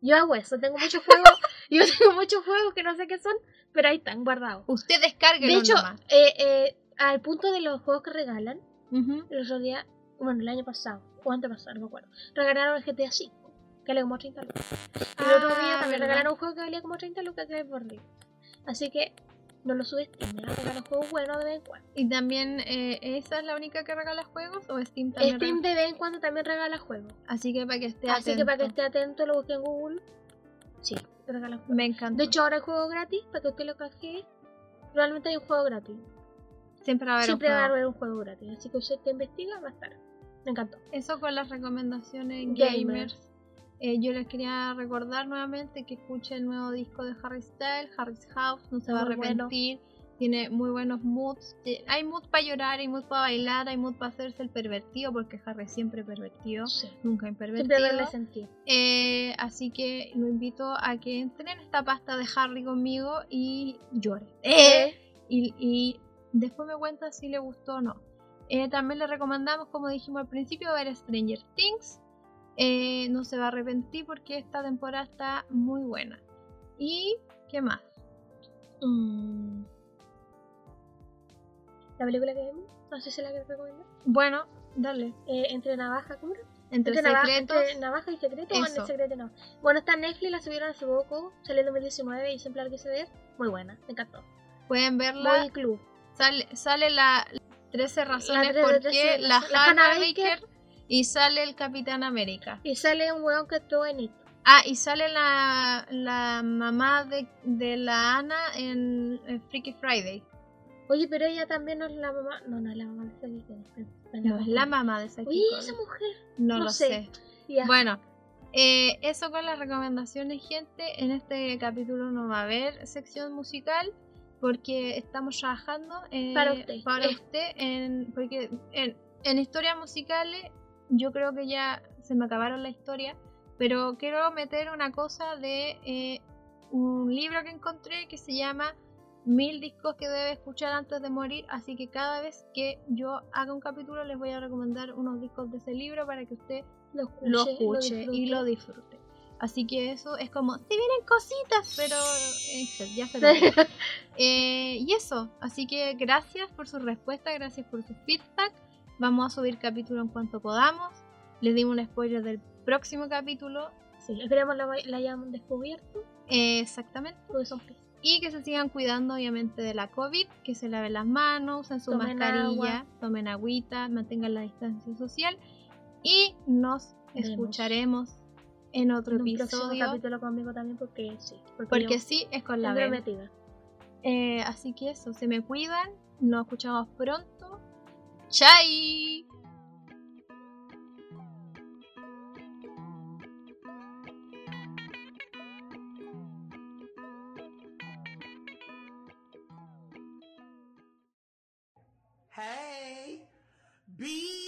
[SPEAKER 2] Yo hago eso, tengo muchos juegos, *laughs* yo tengo muchos juegos que no sé qué son, pero ahí están guardados.
[SPEAKER 1] usted descargue
[SPEAKER 2] De hecho, eh, eh, al punto de los juegos que regalan, el otro día, bueno, el año pasado, o antepasado, no me acuerdo, regalaron el GTA V, que vale como 30 lucas. Y el otro día
[SPEAKER 1] Ah,
[SPEAKER 2] también
[SPEAKER 1] ¿verdad?
[SPEAKER 2] regalaron un juego que valía como 30 lucas, que es Borderlands. Así que no lo subestimen, ¿no? regalan juegos buenos de vez en cuando.
[SPEAKER 1] y también eh, esa es la única que regala juegos o Steam también.
[SPEAKER 2] Steam
[SPEAKER 1] regala?
[SPEAKER 2] de vez en cuando también regala juegos.
[SPEAKER 1] Así que para que esté
[SPEAKER 2] Así que para que
[SPEAKER 1] atento.
[SPEAKER 2] esté atento, lo busque en Google. Sí, regala juegos.
[SPEAKER 1] me encanta.
[SPEAKER 2] De hecho, ahora hay juego gratis, para que usted lo canjee. Realmente hay un juego gratis.
[SPEAKER 1] siempre va a haber un
[SPEAKER 2] Siempre va a
[SPEAKER 1] juego.
[SPEAKER 2] haber un juego gratis. Así que usted que investiga, va a estar. Me encantó.
[SPEAKER 1] Eso con las recomendaciones
[SPEAKER 2] Gamers.
[SPEAKER 1] gamers. Eh, yo les quería recordar nuevamente que escuche el nuevo disco de Harry Styles, Harry's House, no se va a
[SPEAKER 2] Muy bueno.
[SPEAKER 1] arrepentir. Tiene muy buenos moods. Ti- Hay mood para llorar, hay mood para bailar, hay mood para hacerse el pervertido, porque Harry siempre pervertido,
[SPEAKER 2] Sí.
[SPEAKER 1] nunca
[SPEAKER 2] Siempre haberle
[SPEAKER 1] impervertido.
[SPEAKER 2] sentido.
[SPEAKER 1] Eh, así que lo invito a que entren en esta pasta de Harry conmigo y llore. Eh, y, y después me cuenta si le gustó o no. Eh, también le recomendamos, como dijimos al principio, ver Stranger Things. Eh, no se va a arrepentir porque esta temporada está muy buena. ¿Y qué más?
[SPEAKER 2] Mm. La película que vemos, no sé si la que recomiendo.
[SPEAKER 1] Bueno, dale.
[SPEAKER 2] Eh, entre navaja, ¿cómo era?
[SPEAKER 1] Entre
[SPEAKER 2] navaja,
[SPEAKER 1] secretos.
[SPEAKER 2] entre navaja y secreto o en
[SPEAKER 1] Eso.
[SPEAKER 2] el secreto no. Bueno, está en Netflix, la subieron hace poco, salió en 2019 y siempre la quise ver. Muy buena, me encantó.
[SPEAKER 1] Pueden verla.
[SPEAKER 2] Boy Club.
[SPEAKER 1] Sale, sale la 13 razones
[SPEAKER 2] La tre-
[SPEAKER 1] por
[SPEAKER 2] 13
[SPEAKER 1] qué la
[SPEAKER 2] razones. La
[SPEAKER 1] Hannah
[SPEAKER 2] Hannah
[SPEAKER 1] Baker y sale el Capitán América.
[SPEAKER 2] Y sale un weón que estuvo en It.
[SPEAKER 1] Ah, y sale la, la mamá de, de la Ana en, en Freaky Friday.
[SPEAKER 2] Oye, pero ella también no es la mamá. No, no es la mamá de Sally. que- que-
[SPEAKER 1] No, es la mamá de Saki
[SPEAKER 2] Oye,
[SPEAKER 1] Cody.
[SPEAKER 2] esa mujer.
[SPEAKER 1] No
[SPEAKER 2] no
[SPEAKER 1] lo sé.
[SPEAKER 2] sé. Ya.
[SPEAKER 1] Bueno, eh, eso con las recomendaciones, gente. En este capítulo no va a haber sección musical porque estamos trabajando eh,
[SPEAKER 2] Para usted.
[SPEAKER 1] para
[SPEAKER 2] Eh.
[SPEAKER 1] usted en, porque en- en historias musicales, yo creo que ya se me acabaron la historia, pero quiero meter una cosa de eh, un libro que encontré que se llama Mil discos que debe escuchar antes de morir, así que cada vez que yo haga un capítulo les voy a recomendar unos discos de ese libro para que usted
[SPEAKER 2] Lo escuché,
[SPEAKER 1] lo escuche
[SPEAKER 2] lo
[SPEAKER 1] y lo disfrute. Así que eso es como, se vienen cositas, pero eh, se- ya
[SPEAKER 2] *laughs*
[SPEAKER 1] se lo dije.
[SPEAKER 2] disfruté.
[SPEAKER 1] Eh, y eso, así que gracias por su respuesta, gracias por su feedback. Vamos a subir capítulo en cuanto podamos. Les dimos un spoiler del próximo capítulo.
[SPEAKER 2] sí, esperemos la, la hayan descubierto,
[SPEAKER 1] eh, exactamente.
[SPEAKER 2] porque son felices.
[SPEAKER 1] Y que se sigan cuidando obviamente de la COVID, que se laven las manos, usen su
[SPEAKER 2] Tomen
[SPEAKER 1] mascarilla, tomen agüita, mantengan la distancia social. Y nos
[SPEAKER 2] Vemos.
[SPEAKER 1] escucharemos en otro
[SPEAKER 2] En un próximo
[SPEAKER 1] episodio.
[SPEAKER 2] capítulo conmigo también, porque sí.
[SPEAKER 1] Porque
[SPEAKER 2] yo
[SPEAKER 1] sí, es con la
[SPEAKER 2] estoy
[SPEAKER 1] vela.
[SPEAKER 2] prometida.
[SPEAKER 1] Eh, así que eso, se me cuidan. Nos escuchamos pronto. ¡Chai!
[SPEAKER 3] Hey, be